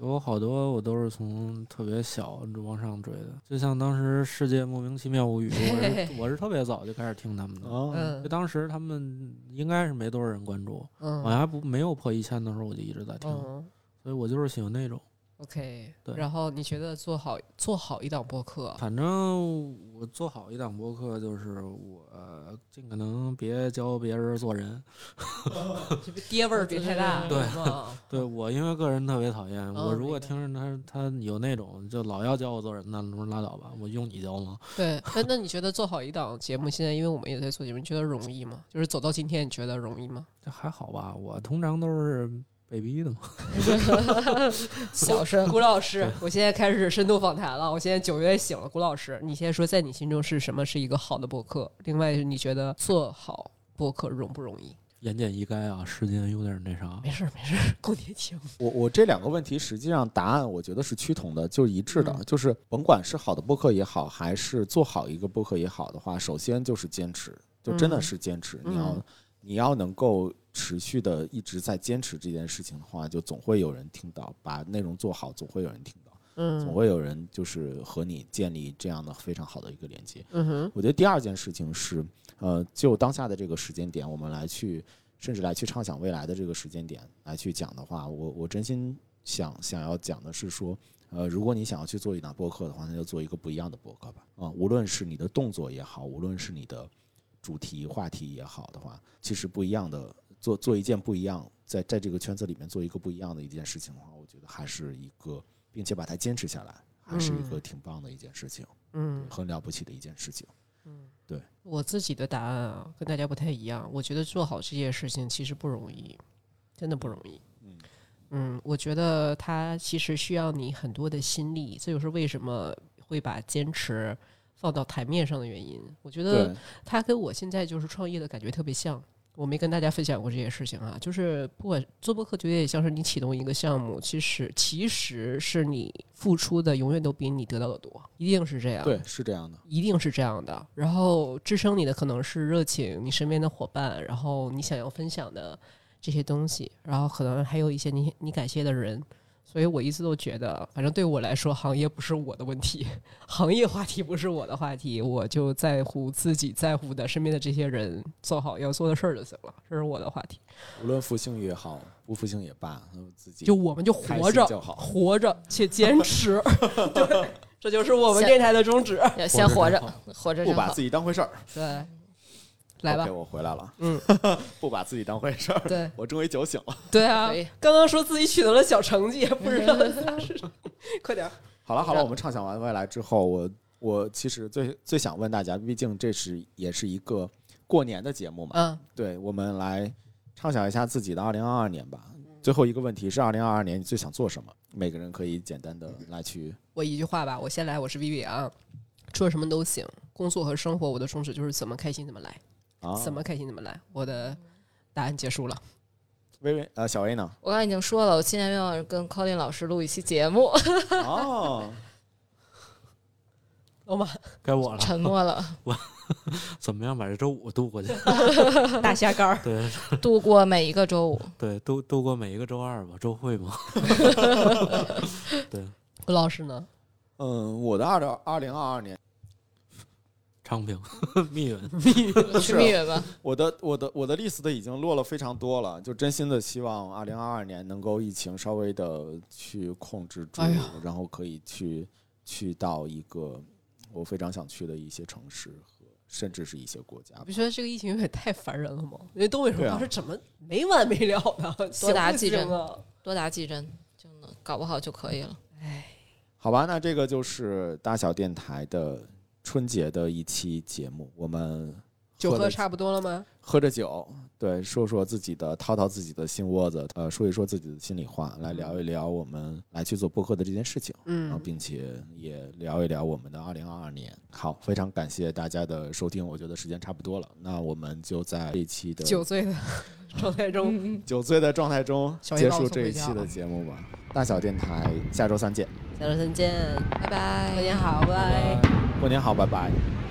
有好多我都是从特别小往上追的，就像当时世界莫名其妙无语，我 是我是特别早就开始听他们的。系哦嗯就当时他们应该是没多少人关注，好嗯像还不没有破一千的时候，我就一直在听，嗯所以我就是喜欢那种。 ，OK，对然后你觉得做好做好一档播客，啊反正我做好一档播客，就是我呃尽可能别教别人做人。爹味儿别太大，对是吗 对我因为个人特别讨厌，嗯哦我如明果白听着他他有那种就老要教我做人的，那我说拉倒吧，我用你教吗？对，那那你觉得做好一档节目，现在因为我们也在做节目，你觉得容易吗？就是走到今天，你觉得容易吗？这还好吧，我通常都是被逼的嘛。小声，古老师，我现在开始深度访谈了。我现在九月醒了，古老师，你先说，在你心中是什么是一个好的播客？另外，你觉得做好播客容不容易？言简意赅啊，时间有点那啥没。事儿，没事儿，够年轻。我我这两个问题实际上答案我觉得是趋同的，就是一致的，嗯就是甭管是好的播客也好，还是做好一个播客也好的话，首先就是坚持，就真的嗯是坚持。嗯你要你要能够持续的一直在坚持这件事情的话，就总会有人听到，把内容做好，总会有人听到，总嗯会有人就是和你建立这样的非常好的一个连接。嗯哼，我觉得第二件事情是，呃，就当下的这个时间点，我们来去，甚至来去畅想未来的这个时间点来去讲的话，我我真心想想要讲的是说，呃，如果你想要去做一档播客的话，那就做一个不一样的播客吧。啊、无论是你的动作也好，无论是你的主题话题也好的话，其实不一样的做做一件不一样，在在这个圈子里面做一个不一样的一件事情的话，我觉得还是一个，并且把它坚持下来，还是一个挺棒的一件事情，嗯很了不起的一件事情。我自己的答案啊，跟大家不太一样。我觉得做好这件事情其实不容易，真的不容易。嗯嗯，我觉得它其实需要你很多的心力，这就是为什么会把坚持放到台面上的原因。我觉得对，它跟我现在就是创业的感觉特别像。我没跟大家分享过这些事情啊，就是不管做播客，觉得也像是你启动一个项目，其实其实是你付出的永远都比你得到的多，一定是这样。对，是这样的。一定是这样的。然后支撑你的可能是热情，你身边的伙伴，然后你想要分享的这些东西，然后可能还有一些你你感谢的人。所以我一直都觉得，反正对我来说，行业不是我的问题， 行业话题不是我的话题，我就在乎自己在乎的身边的这些人做好要做的事儿就行了，这是我的话题。无论复兴也好，不复兴也罢，那么自己就我们就开活心着，就好活着且坚 持，对，这就是我们电台的宗旨。先活着活着，活着不真把好。自己当回事儿。对，来吧 OK，，我回来了。嗯， 不把自己当回事儿。对。我终于酒醒了。对啊可以，刚刚说自己取得了小成 绩，不知道他是什么。 快点儿，好了好了，是我们畅想完未来之后，我我其实最最想问大家，毕竟这是也是一个过年的节目嘛，嗯对我们来畅想一下自己的二零二二年吧。最后一个问题是，二零二二年你最想做什么？每个人可以简单的嗯来去。我一句话吧，我先来，我是 Vivi 啊，做什么都行，工作和生活，我的宗旨就是怎么开心怎么来，啊，怎么开心怎么来。我的答案结束 了，微微呃，小 A 呢？我刚才已经说了，我今年愿望是跟 Colin 老师录一期节目，哦，老马，该我 了，沉默了，怎么样把这周五度 过去？大虾干儿，对度过每一个周五。对，度度过每一个周二吧，周会 嘛。 对，郭 老师呢？嗯，我的二零二零二二年。昌平 密云，去密云吧，我的我的我的 list 已经落了非常多了，就真心的希望二零二二年能够疫情稍微的去控制住，哎呀然后可以去去到一个我非常想去的一些城市和甚至是一些国家你。不觉得这个疫情有点太烦人了吗？因为东北人对啊当时怎么没完没了 的，多打几针行不行啊！多打几针就能，搞不好就可以了。好吧，那这个就是大小电台的春节的一期节目，我们酒喝喝了差不多了吗？喝着酒，嗯对，说说自己的，掏掏自己的心窝子，呃，说一说自己的心里话，来聊一聊我们来去做播客的这件事情。然后嗯，并且也聊一聊我们的二零二二年。好，非常感谢大家的收听，我觉得时间差不多了，那我们就在这一期的酒醉的 嗯状态中，酒醉的状态中小黑结把我束送这回一家期的了节目吧。大小电台下周三见，下周三见，拜拜，过年好，拜拜。过年好，拜拜。拜